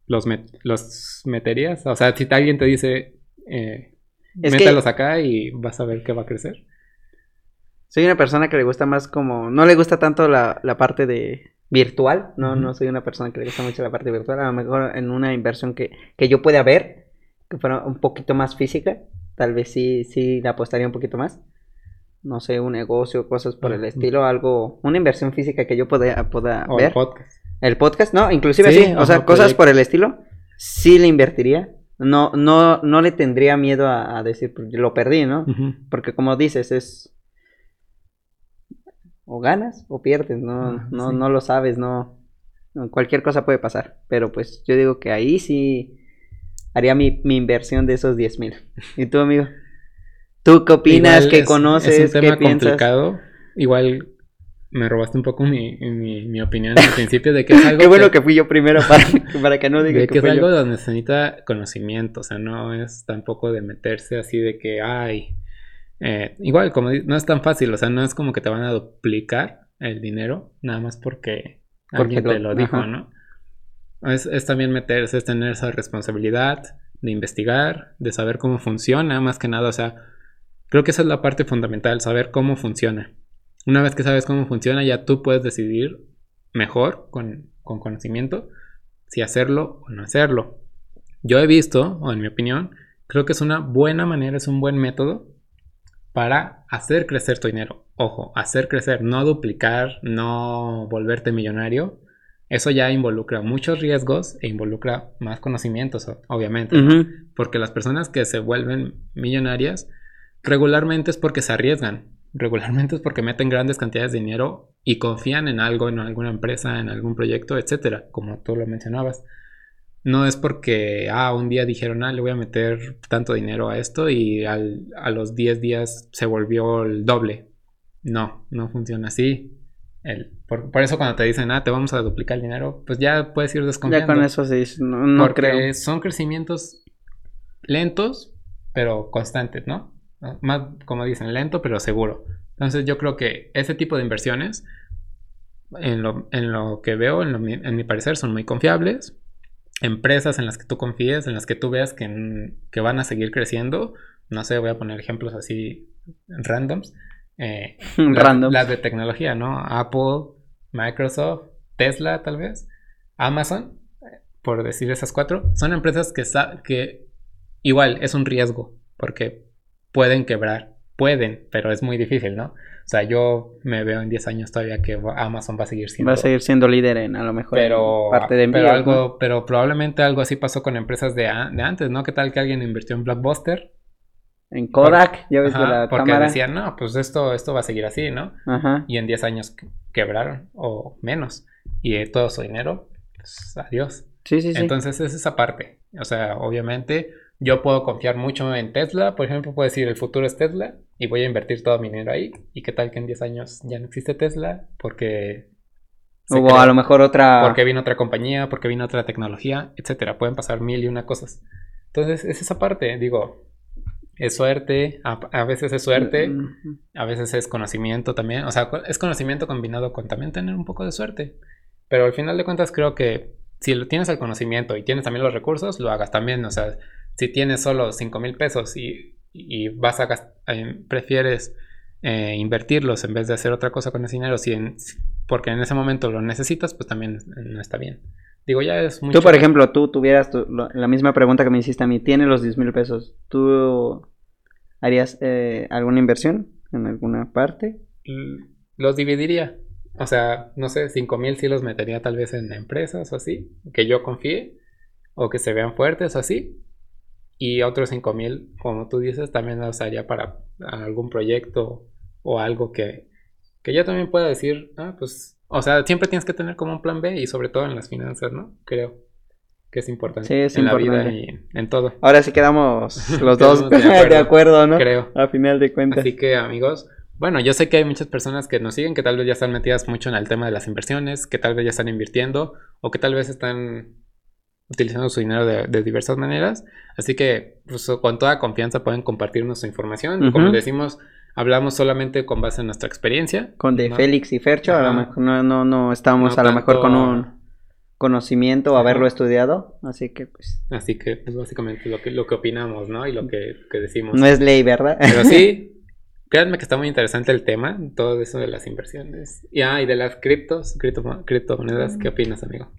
Speaker 2: los, met- los meterías. O sea, si te- alguien te dice, eh,
Speaker 1: Es que-
Speaker 2: mételos acá y vas a ver que va a crecer.
Speaker 1: Soy una persona que le gusta más como, no le gusta tanto la, la parte de virtual, no,
Speaker 2: Ujú.
Speaker 1: no soy una persona que le gusta mucho la parte virtual, a lo mejor en una inversión que, que yo pueda ver, que fuera un poquito más física, tal vez sí, sí la apostaría un poquito más. no sé, un negocio, cosas por el estilo, algo, una inversión física que yo pueda, pueda
Speaker 2: O el
Speaker 1: ver.
Speaker 2: podcast.
Speaker 1: El podcast, ¿no? Inclusive
Speaker 2: Sí,
Speaker 1: sí, o sea,
Speaker 2: ajá,
Speaker 1: cosas
Speaker 2: proyecto.
Speaker 1: por el estilo, sí le invertiría. No, no, no le tendría miedo a, a decir, pues, lo perdí, ¿no?
Speaker 2: Ujú.
Speaker 1: Porque como dices, es... O ganas o pierdes, no,
Speaker 2: Ajá,
Speaker 1: no,
Speaker 2: sí.
Speaker 1: no lo sabes, no... no, Cualquier cosa puede pasar, pero pues yo digo que ahí sí haría mi, mi inversión de esos 10 mil. ¿Y tú, amigo? ¿Tú qué opinas?
Speaker 2: Igual
Speaker 1: ¿Qué
Speaker 2: es-
Speaker 1: conoces?
Speaker 2: Es un tema
Speaker 1: ¿Qué piensas?
Speaker 2: complicado. Igual me robaste un poco mi, mi, mi
Speaker 1: [laughs]
Speaker 2: opinión al principio de que es algo
Speaker 1: Qué bueno que fui yo
Speaker 2: [laughs]
Speaker 1: primero para, para que no diga
Speaker 2: de
Speaker 1: que,
Speaker 2: que es
Speaker 1: fui
Speaker 2: algo
Speaker 1: yo.
Speaker 2: donde se necesita conocimiento, o sea, no es tampoco de meterse así de que, ay, eh, igual, como di- no es tan fácil, o sea, no es como que te van a duplicar el dinero, nada más porque,
Speaker 1: Porque
Speaker 2: alguien te
Speaker 1: lo-
Speaker 2: lo dijo,
Speaker 1: ajá.
Speaker 2: ¿no? Es, es también meterse, es tener esa responsabilidad de investigar, de saber cómo funciona, más que nada, o sea, creo que esa es la parte fundamental, saber cómo funciona. Una vez que sabes cómo funciona, ya tú puedes decidir mejor con, con conocimiento si hacerlo o no hacerlo. Yo he visto, o en mi opinión, creo que es una buena manera, es un buen método para hacer crecer tu dinero. Ojo, hacer crecer, no duplicar, no volverte millonario. Eso ya involucra muchos riesgos e involucra más conocimientos, o- obviamente. ¿no?
Speaker 1: Ujú.
Speaker 2: Porque las personas que se vuelven millonarias regularmente es porque se arriesgan, regularmente es porque meten grandes cantidades de dinero y confían en algo, en alguna empresa, en algún proyecto, etcétera, como tú lo mencionabas. No es porque, ah, un día dijeron, ah, le voy a meter tanto dinero a esto y al- a los 10 días se volvió el doble. No, no funciona así. El- por, por eso cuando te dicen, ah, te vamos a duplicar el dinero, pues ya puedes ir
Speaker 1: Ya
Speaker 2: desconfiando.
Speaker 1: con eso sí, no, no [laughs]
Speaker 2: Porque
Speaker 1: creo.
Speaker 2: son crecimientos lentos, pero constantes, ¿no? ¿No? Más, como dicen, lento, pero seguro. Entonces yo creo que ese tipo de inversiones, en lo, en lo que veo, en, lo mi- en mi parecer, son muy confiables. Empresas en las que tú confíes, en las que tú veas que, n- que van a seguir creciendo. No sé, voy a poner ejemplos así randoms. Eh,
Speaker 1: [laughs]
Speaker 2: la-
Speaker 1: Random.
Speaker 2: Las de tecnología, ¿no? Apple, Microsoft, Tesla, tal vez, Amazon, por decir esas cuatro, son empresas que, sa- que igual es un riesgo, porque pueden quebrar, pueden, pero es muy difícil, ¿no? O sea, yo me veo en 10 años todavía que va- Amazon va a seguir siendo
Speaker 1: Va a seguir siendo líder en a lo mejor
Speaker 2: pero,
Speaker 1: en parte de
Speaker 2: pero
Speaker 1: envíos,
Speaker 2: algo,
Speaker 1: ¿no?
Speaker 2: pero probablemente algo así pasó con empresas de, a- de antes, ¿no? ¿Qué tal que alguien invirtió en Blockbuster?
Speaker 1: En Kodak, ya ves de
Speaker 2: Ajá,
Speaker 1: la
Speaker 2: porque
Speaker 1: cámara.
Speaker 2: decían, no, pues esto, esto va a seguir así, ¿no?
Speaker 1: Ajá.
Speaker 2: y en 10 años que- quebraron o menos y eh, todo su dinero, pues adiós.
Speaker 1: Sí, sí, sí.
Speaker 2: Entonces es esa parte. O sea, obviamente yo puedo confiar mucho en Tesla, por ejemplo, puedo decir el futuro es Tesla y voy a invertir todo mi dinero ahí y qué tal que en 10 años ya no existe Tesla porque se
Speaker 1: Hubo
Speaker 2: creó-
Speaker 1: a lo mejor otra.
Speaker 2: porque vino otra compañía, porque vino otra tecnología, etcétera. Pueden pasar mil y una cosas. Entonces es esa parte, digo, es suerte, a, a veces es suerte,
Speaker 1: Mm,
Speaker 2: a veces es conocimiento también, o sea, co- es conocimiento combinado con también tener un poco de suerte. Pero al final de cuentas creo que si lo tienes el conocimiento y tienes también los recursos, lo hagas también. O sea, si tienes solo 5 mil pesos y, y vas a gas- eh, prefieres eh, invertirlos en vez de hacer otra cosa con ese dinero, si en- si- porque en ese momento lo necesitas, pues también no está bien. Digo, ya es muy...
Speaker 1: Tú, por ejemplo, tú tuvieras tu- lo- la misma pregunta que me hiciste a mí. Tienes los 10 mil pesos. ¿Tú harías eh, alguna inversión en alguna parte?
Speaker 2: los dividiría. O sea, no sé, 5 mil sí los metería tal vez en empresas o así, que yo confíe, o que se vean fuertes o así. Y otros 5 mil, como tú dices, también los haría para algún proyecto o algo que, que yo también pueda decir, ah, pues, o sea, siempre tienes que tener como un plan B y sobre todo en las finanzas, ¿no? Creo que es importante.
Speaker 1: Sí, es
Speaker 2: en la vida
Speaker 1: importante.
Speaker 2: y en- en todo,
Speaker 1: Ahora sí
Speaker 2: [laughs]
Speaker 1: quedamos los dos
Speaker 2: Quedamos de
Speaker 1: [laughs]
Speaker 2: acuerdo.
Speaker 1: de acuerdo, ¿no?
Speaker 2: creo.
Speaker 1: A final de cuentas.
Speaker 2: Así que amigos, bueno, yo sé que hay muchas personas que nos siguen, que tal vez ya están metidas mucho en el tema de las inversiones, que tal vez ya están invirtiendo o que tal vez están utilizando su dinero de, de diversas maneras. Así que pues, con toda confianza pueden compartirnos su información. Y Como
Speaker 1: Ujú.
Speaker 2: decimos, hablamos solamente con base en nuestra experiencia.
Speaker 1: Con de
Speaker 2: ¿no?
Speaker 1: Félix y Fercho, a lo
Speaker 2: Ajá.
Speaker 1: mejor no, no, no estamos
Speaker 2: No
Speaker 1: a lo mejor con
Speaker 2: tanto-
Speaker 1: un conocimiento o
Speaker 2: Ajá.
Speaker 1: haberlo estudiado. Así que, pues,
Speaker 2: Así que pues, básicamente lo que, lo que opinamos, ¿no? Y lo que, que decimos.
Speaker 1: no es ley, ¿verdad? [laughs]
Speaker 2: Pero sí, créanme que está muy interesante el tema, todo eso de las inversiones. Y, ah, y de las criptos, cripto- criptomonedas, ¿qué opinas, amigo?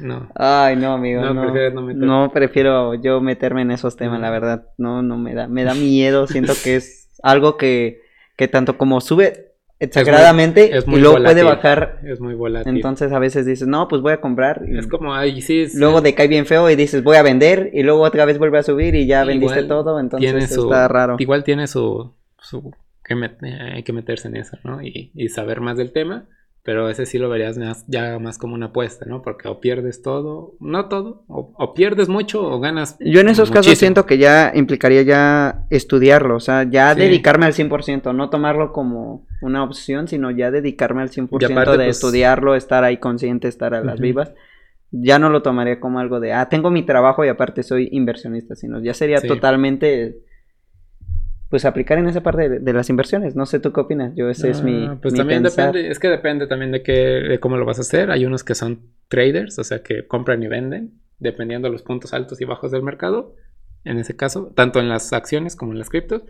Speaker 2: No.
Speaker 1: Ay, no, Mm. amigo.
Speaker 2: No,
Speaker 1: No,
Speaker 2: prefieres no meterte.
Speaker 1: No, prefiero yo meterme en esos temas,
Speaker 2: Ujú. [laughs]
Speaker 1: la verdad. No, no me da, me da miedo. Siento que es algo que, que tanto como sube exageradamente
Speaker 2: es muy
Speaker 1: y luego
Speaker 2: volátil.
Speaker 1: puede bajar.
Speaker 2: Es muy volátil.
Speaker 1: Entonces a veces dices, no, pues voy a comprar. y
Speaker 2: es como, ay, sí, es-
Speaker 1: Luego decae bien feo y dices, voy a vender. Y luego otra vez vuelve a subir y ya vendiste
Speaker 2: Igual
Speaker 1: todo.
Speaker 2: tiene
Speaker 1: Entonces
Speaker 2: su-
Speaker 1: está raro.
Speaker 2: igual tiene su, su que met- eh, hay que meterse en eso, ¿no? Y, y saber más del tema, pero ese sí lo verías más, ya más como una apuesta, ¿no? Porque o pierdes todo, no todo, o, o pierdes mucho o ganas.
Speaker 1: Yo en esos casos
Speaker 2: Muchísimo.
Speaker 1: siento que ya implicaría ya estudiarlo, o sea, ya
Speaker 2: Sí.
Speaker 1: dedicarme al 100%, no tomarlo como una opción, sino ya dedicarme al 100%
Speaker 2: Y aparte,
Speaker 1: de
Speaker 2: pues-
Speaker 1: estudiarlo, estar ahí consciente, estar a las
Speaker 2: Ujú.
Speaker 1: vivas. Ya no lo tomaría como algo de, ah, tengo mi trabajo y aparte soy inversionista, sino ya sería
Speaker 2: Sí.
Speaker 1: totalmente, pues aplicar en esa parte de, de las inversiones. No sé tú qué opinas, yo ese es mi...
Speaker 2: Ah, pues
Speaker 1: mi
Speaker 2: también
Speaker 1: pensar.
Speaker 2: depende, es que depende también de, qué, de cómo lo vas a hacer. Hay unos que son traders, o sea, que compran y venden, dependiendo de los puntos altos y bajos del mercado, en ese caso, tanto en las acciones como en las criptos.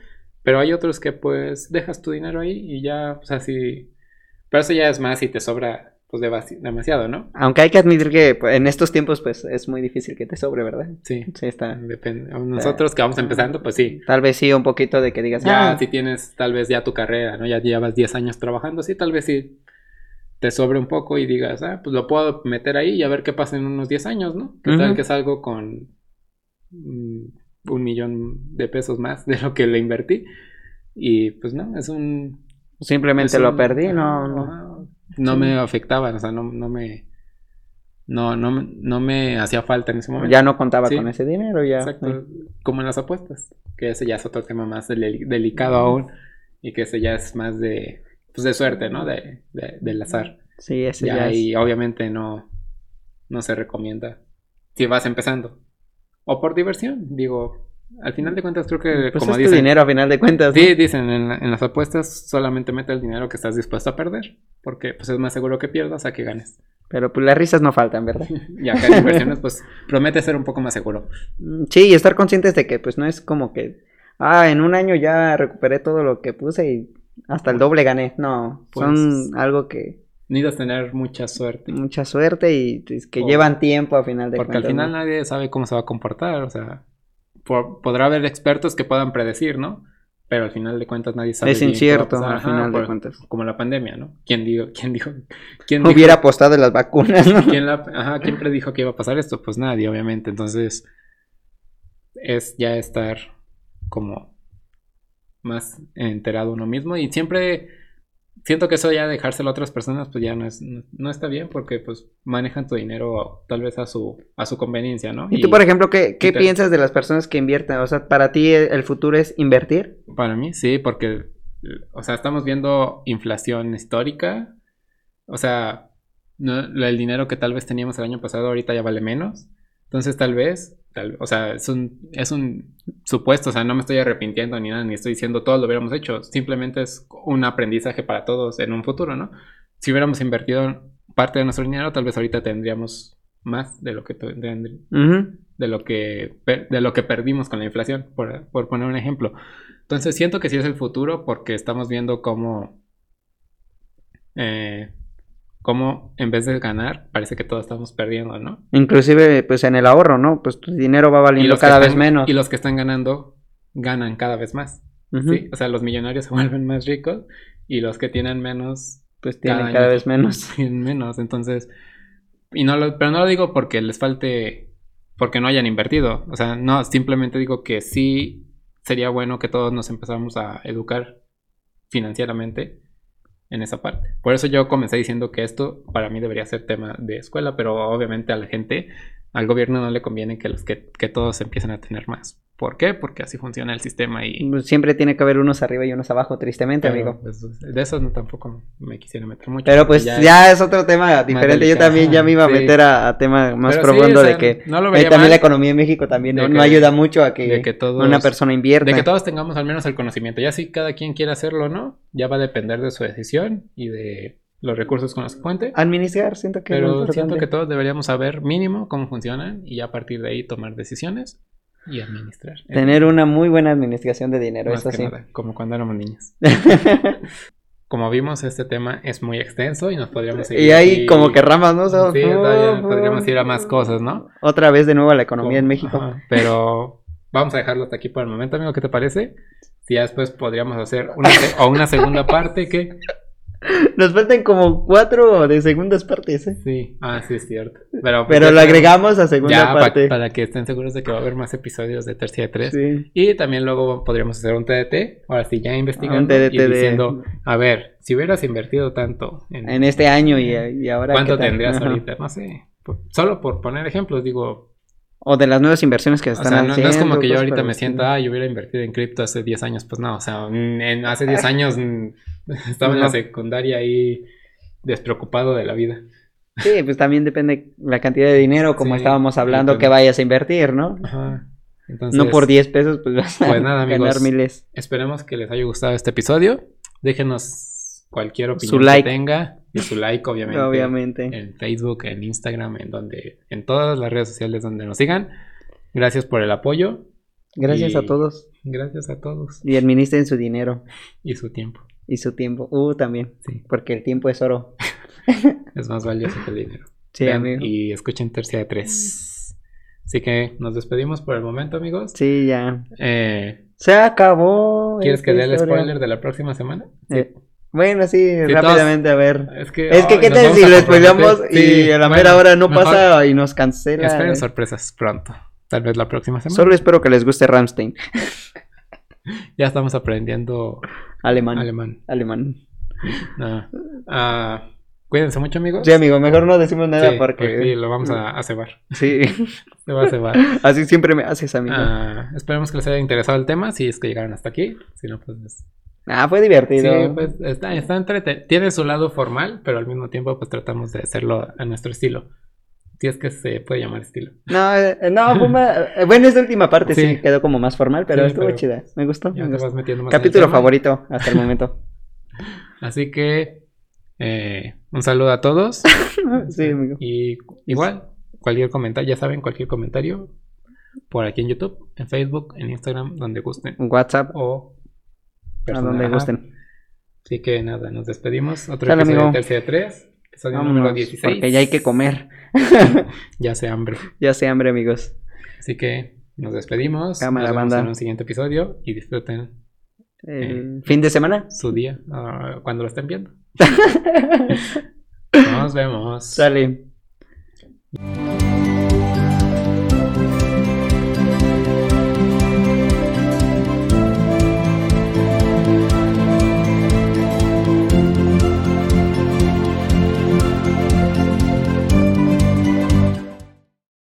Speaker 2: Pero hay otros que pues dejas tu dinero ahí y ya, o sea, si... Pero eso ya es más y te sobra pues devasi- demasiado, ¿no?
Speaker 1: Aunque hay que admitir que pues, en estos tiempos pues es muy difícil que te sobre, ¿verdad?
Speaker 2: Sí.
Speaker 1: Sí, está.
Speaker 2: Depende. Nosotros que vamos empezando, pues sí.
Speaker 1: Tal vez sí un poquito de que digas,
Speaker 2: Ya
Speaker 1: "Ah,
Speaker 2: si tienes tal vez ya tu carrera, ¿no? Ya llevas 10 años trabajando, sí, tal vez sí te sobre un poco y digas, ah, pues lo puedo meter ahí y a ver qué pasa en unos 10 años, ¿no? ¿Qué tal
Speaker 1: Ujú.
Speaker 2: que salgo con mm, un millón de pesos más de lo que le invertí? Y pues no, es un...
Speaker 1: Simplemente
Speaker 2: es
Speaker 1: lo
Speaker 2: un-
Speaker 1: perdí, no,
Speaker 2: ah,
Speaker 1: no.
Speaker 2: ajá, no me afectaba, o sea, no, no me... No, no, me- no me hacía falta en ese momento.
Speaker 1: Pues Ya no contaba
Speaker 2: Sí.
Speaker 1: con ese dinero, ya.
Speaker 2: Exacto. Como en las apuestas. Que ese ya es otro tema más del- delicado aún. Y que ese ya es más de. Pues de suerte, ¿no? De, de- del azar.
Speaker 1: Sí, ese
Speaker 2: ya
Speaker 1: ya, es.
Speaker 2: y eh, obviamente no. No se recomienda. Si vas empezando. O por diversión. Digo. Al final de cuentas, creo que.
Speaker 1: Pues
Speaker 2: como
Speaker 1: es tu
Speaker 2: dicen.
Speaker 1: dinero a final de cuentas. ¿no?
Speaker 2: Sí, dicen en, la- en las apuestas solamente mete el dinero que estás dispuesto a perder. Porque pues es más seguro que pierdas a que ganes. [laughs]
Speaker 1: Pero pues las risas no faltan, ¿verdad?
Speaker 2: Y acá en inversiones, pues promete ser un poco más seguro.
Speaker 1: Mm, Sí, y estar conscientes de que pues no es como que, ah, en un año ya recuperé todo lo que puse y hasta el doble gané. No, son
Speaker 2: Pues-
Speaker 1: algo que
Speaker 2: Necesitas tener mucha suerte.
Speaker 1: mucha suerte y es que
Speaker 2: O-
Speaker 1: llevan tiempo a final de
Speaker 2: Porque al
Speaker 1: cuentas.
Speaker 2: final
Speaker 1: ¿no?
Speaker 2: nadie sabe cómo se va a comportar, o sea, po- podrá haber expertos que puedan predecir, ¿no? Pero al final de cuentas nadie sabe.
Speaker 1: es
Speaker 2: bien qué va a
Speaker 1: incierto
Speaker 2: pasar.
Speaker 1: al
Speaker 2: Ajá, pues,
Speaker 1: final de
Speaker 2: por-
Speaker 1: cuentas.
Speaker 2: Como la pandemia, ¿no? ¿Quién dijo? ¿Quién dijo? [laughs]
Speaker 1: [laughs]
Speaker 2: ¿Quién dijo-
Speaker 1: Hubiera apostado en las vacunas, ¿no?
Speaker 2: ¿quién, la- ajá, ¿quién predijo que iba a pasar esto? Pues nadie, obviamente. Entonces, es ya estar como más enterado uno mismo y siempre siento que eso ya dejárselo a otras personas pues ya no es no, no está bien porque pues manejan tu dinero tal vez a su a su conveniencia, ¿no?
Speaker 1: ¿Y tú, por ejemplo, qué, qué
Speaker 2: te-
Speaker 1: piensas de las personas que invierten? O sea, ¿para ti eh, el el futuro es invertir?
Speaker 2: Para mí, sí, porque, o sea, estamos viendo inflación histórica. O sea, no- lo- el dinero que tal vez teníamos el año pasado ahorita ya vale menos. Entonces, tal vez, tal- o sea, es un, es un supuesto, o sea, no me estoy arrepintiendo ni nada, ni estoy diciendo todo lo hubiéramos hecho. Simplemente es un aprendizaje para todos en un futuro, ¿no? Si hubiéramos invertido parte de nuestro dinero, tal vez ahorita tendríamos más de lo que tendríamos
Speaker 1: Ujú.
Speaker 2: de lo que, per- de lo que perdimos con la inflación, por, por poner un ejemplo. Entonces siento que sí es el futuro porque estamos viendo cómo, eh, cómo en vez de ganar, parece que todos estamos perdiendo, ¿no?
Speaker 1: Inclusive, pues en el ahorro, ¿no? Pues tu dinero va
Speaker 2: Y
Speaker 1: valiendo
Speaker 2: los que
Speaker 1: cada vez
Speaker 2: están-
Speaker 1: menos.
Speaker 2: Y los que están ganando, ganan cada vez más.
Speaker 1: Ujú.
Speaker 2: ¿sí? O sea, los millonarios se vuelven más ricos y los que tienen menos,
Speaker 1: Pues tienen
Speaker 2: cada
Speaker 1: cada,
Speaker 2: año.
Speaker 1: vez menos.
Speaker 2: [laughs] tienen menos. Entonces, y no lo, pero no lo digo porque les falte, porque no hayan invertido. O sea, no, simplemente digo que sí sería bueno que todos nos empezáramos a educar financieramente en esa parte. Por eso yo comencé diciendo que esto para mí debería ser tema de escuela, pero obviamente a la gente, al gobierno no le conviene que, los que, que todos empiecen a tener más. ¿Por qué? Porque así funciona el sistema y...
Speaker 1: Pues, Siempre tiene que haber unos arriba y unos abajo, tristemente,
Speaker 2: pero,
Speaker 1: amigo.
Speaker 2: pues, de eso no, tampoco me quisiera meter mucho.
Speaker 1: Pero
Speaker 2: porque
Speaker 1: pues
Speaker 2: ya
Speaker 1: ya,
Speaker 2: es-
Speaker 1: es otro tema diferente. Yo
Speaker 2: delicado.
Speaker 1: también ya me iba a
Speaker 2: Sí.
Speaker 1: meter a, a tema más
Speaker 2: Pero sí,
Speaker 1: profundo
Speaker 2: o sea,
Speaker 1: de que
Speaker 2: no lo
Speaker 1: ahí
Speaker 2: vería
Speaker 1: también la
Speaker 2: mal.
Speaker 1: economía en México también
Speaker 2: de
Speaker 1: no, no
Speaker 2: que-
Speaker 1: ayuda mucho a que,
Speaker 2: de que todos-
Speaker 1: una persona invierta.
Speaker 2: De que todos tengamos al menos el conocimiento. Ya si cada quien quiere hacerlo o no, ya va a depender de su decisión y de los recursos con los que cuente.
Speaker 1: Administrar, siento que es lo
Speaker 2: Pero
Speaker 1: Ah, importante.
Speaker 2: siento que todos deberíamos saber mínimo cómo funcionan y ya a partir de ahí tomar decisiones y administrar.
Speaker 1: Tener una muy buena administración de dinero,
Speaker 2: Más
Speaker 1: eso
Speaker 2: que
Speaker 1: sí.
Speaker 2: nada, como cuando éramos niños.
Speaker 1: [laughs]
Speaker 2: Como vimos, este tema es muy extenso este, y nos podríamos seguir.
Speaker 1: y hay
Speaker 2: aquí-
Speaker 1: como que ramas, ¿no? Son- [laughs]
Speaker 2: Sí, todavía podríamos ir a más cosas, ¿no?
Speaker 1: Otra vez de nuevo a la economía en México.
Speaker 2: Ajá, pero Vamos a dejarlo hasta aquí por el momento, amigo. ¿Qué te parece? Si ya después podríamos hacer una, se- o una segunda parte que...
Speaker 1: Nos faltan como cuatro de segundas partes, ¿eh?
Speaker 2: Sí, ah, sí es cierto. Pero, pues,
Speaker 1: Pero
Speaker 2: ya
Speaker 1: lo
Speaker 2: tenemos-
Speaker 1: agregamos a segunda
Speaker 2: Ya, pa-
Speaker 1: parte.
Speaker 2: para que estén seguros de que va a haber más episodios de Tercia de Tres.
Speaker 1: Sí.
Speaker 2: Y también luego podríamos hacer un TDT. Ahora sí, ya investigando
Speaker 1: Un TDT
Speaker 2: y
Speaker 1: de-
Speaker 2: diciendo, a ver, si hubieras invertido tanto en,
Speaker 1: En este año y, y ahora.
Speaker 2: cuánto
Speaker 1: ¿qué tal?
Speaker 2: tendrías
Speaker 1: Ajá.
Speaker 2: ahorita, no sé. por- solo por poner ejemplos, digo,
Speaker 1: O de las nuevas inversiones que
Speaker 2: o
Speaker 1: están
Speaker 2: sea, no, no es como
Speaker 1: haciendo,
Speaker 2: que yo
Speaker 1: cosas
Speaker 2: ahorita
Speaker 1: por
Speaker 2: me
Speaker 1: el
Speaker 2: sienta, ah, yo hubiera invertido en cripto hace 10 años, pues no, o sea, mm, en- hace 10 años mm, [laughs] estaba en la
Speaker 1: Ah. No.
Speaker 2: secundaria ahí despreocupado de la vida.
Speaker 1: estilo. Sí, pues también depende la cantidad de dinero, como
Speaker 2: Sí,
Speaker 1: estábamos hablando,
Speaker 2: depende.
Speaker 1: que vayas a invertir, ¿no?
Speaker 2: Ajá. Entonces,
Speaker 1: No por 10 pesos, pues vas a
Speaker 2: Pues nada,
Speaker 1: ganar
Speaker 2: amigos.
Speaker 1: miles.
Speaker 2: Esperemos que les haya gustado este episodio. Déjenos cualquier opinión
Speaker 1: Su like.
Speaker 2: que tenga y su like, obviamente. Eh,
Speaker 1: Obviamente.
Speaker 2: En Facebook, en Instagram, en donde, en todas las redes sociales donde nos sigan. Gracias por el apoyo.
Speaker 1: Gracias
Speaker 2: y-
Speaker 1: a todos.
Speaker 2: Gracias a todos
Speaker 1: Y administren su dinero
Speaker 2: y su tiempo.
Speaker 1: y su tiempo. Uh, también.
Speaker 2: Sí,
Speaker 1: Porque el tiempo es oro.
Speaker 2: es más valioso que el dinero.
Speaker 1: Sí,
Speaker 2: Vean
Speaker 1: amigo.
Speaker 2: Y escuchen tercia de tres. Así que nos despedimos por el momento, amigos.
Speaker 1: Sí, Pues ya.
Speaker 2: Eh,
Speaker 1: Se acabó.
Speaker 2: ¿Quieres
Speaker 1: esta
Speaker 2: que dé el
Speaker 1: historia.
Speaker 2: spoiler de la próxima semana?
Speaker 1: Eh, bueno, sí,
Speaker 2: todos-
Speaker 1: rápidamente, a ver.
Speaker 2: Es que,
Speaker 1: Es que,
Speaker 2: ay,
Speaker 1: ¿qué
Speaker 2: nos
Speaker 1: tal
Speaker 2: vamos
Speaker 1: si
Speaker 2: a
Speaker 1: lo
Speaker 2: comprometer.
Speaker 1: spoileamos y
Speaker 2: Sí,
Speaker 1: a la
Speaker 2: bueno,
Speaker 1: mera hora no
Speaker 2: mejor
Speaker 1: pasa y nos cancela?
Speaker 2: Esperen
Speaker 1: eh?
Speaker 2: sorpresas pronto. Tal vez la próxima semana.
Speaker 1: Solo espero que les guste Ramstein.
Speaker 2: Ya estamos aprendiendo
Speaker 1: Alemán. Alemán.
Speaker 2: alemán. No. Ah, cuídense mucho, amigos.
Speaker 1: Sí, amigo, mejor no decimos nada
Speaker 2: Sí, pues sí,
Speaker 1: porque.
Speaker 2: lo vamos a, a cebar.
Speaker 1: Sí, [laughs]
Speaker 2: Se va a cebar.
Speaker 1: así siempre me haces, amigo. Ah,
Speaker 2: Ah, esperemos que les haya interesado el tema, si es que llegaron hasta aquí. Si no, pues... es-
Speaker 1: Ah, fue
Speaker 2: Sí,
Speaker 1: divertido.
Speaker 2: pues está, está entrete- Tiene su lado formal, pero al mismo tiempo pues tratamos de hacerlo a nuestro estilo. Si es que se puede llamar estilo.
Speaker 1: No, eh, no, fue más- eh, Bueno, esta última parte sí.
Speaker 2: Sí.
Speaker 1: quedó como más formal, pero
Speaker 2: Sí,
Speaker 1: estuvo
Speaker 2: pero
Speaker 1: chida. Me gustó.
Speaker 2: Ya
Speaker 1: me
Speaker 2: te
Speaker 1: gustó.
Speaker 2: vas metiendo más en el
Speaker 1: Capítulo
Speaker 2: tema.
Speaker 1: favorito hasta el momento.
Speaker 2: Así que eh, un saludo
Speaker 1: [laughs]
Speaker 2: a todos.
Speaker 1: sí, amigo.
Speaker 2: Y igual, cualquier comentario, ya saben, cualquier comentario por aquí en YouTube, en Facebook, en Instagram, donde gusten.
Speaker 1: WhatsApp,
Speaker 2: O
Speaker 1: a
Speaker 2: personal.
Speaker 1: donde
Speaker 2: Ajá.
Speaker 1: gusten.
Speaker 2: Así que nada, nos despedimos. Otro
Speaker 1: Sale,
Speaker 2: episodio
Speaker 1: amigo.
Speaker 2: de Tercia de Tres, episodio número
Speaker 1: Vámonos,
Speaker 2: 16.
Speaker 1: porque ya hay que comer.
Speaker 2: Ya se hambre.
Speaker 1: Ya sé hambre, amigos.
Speaker 2: Así que nos despedimos.
Speaker 1: Cámara,
Speaker 2: nos vemos
Speaker 1: banda.
Speaker 2: en un siguiente episodio y disfruten
Speaker 1: El fin de semana. [laughs]
Speaker 2: su día ah, cuando lo estén viendo. nos vemos.
Speaker 1: Sale.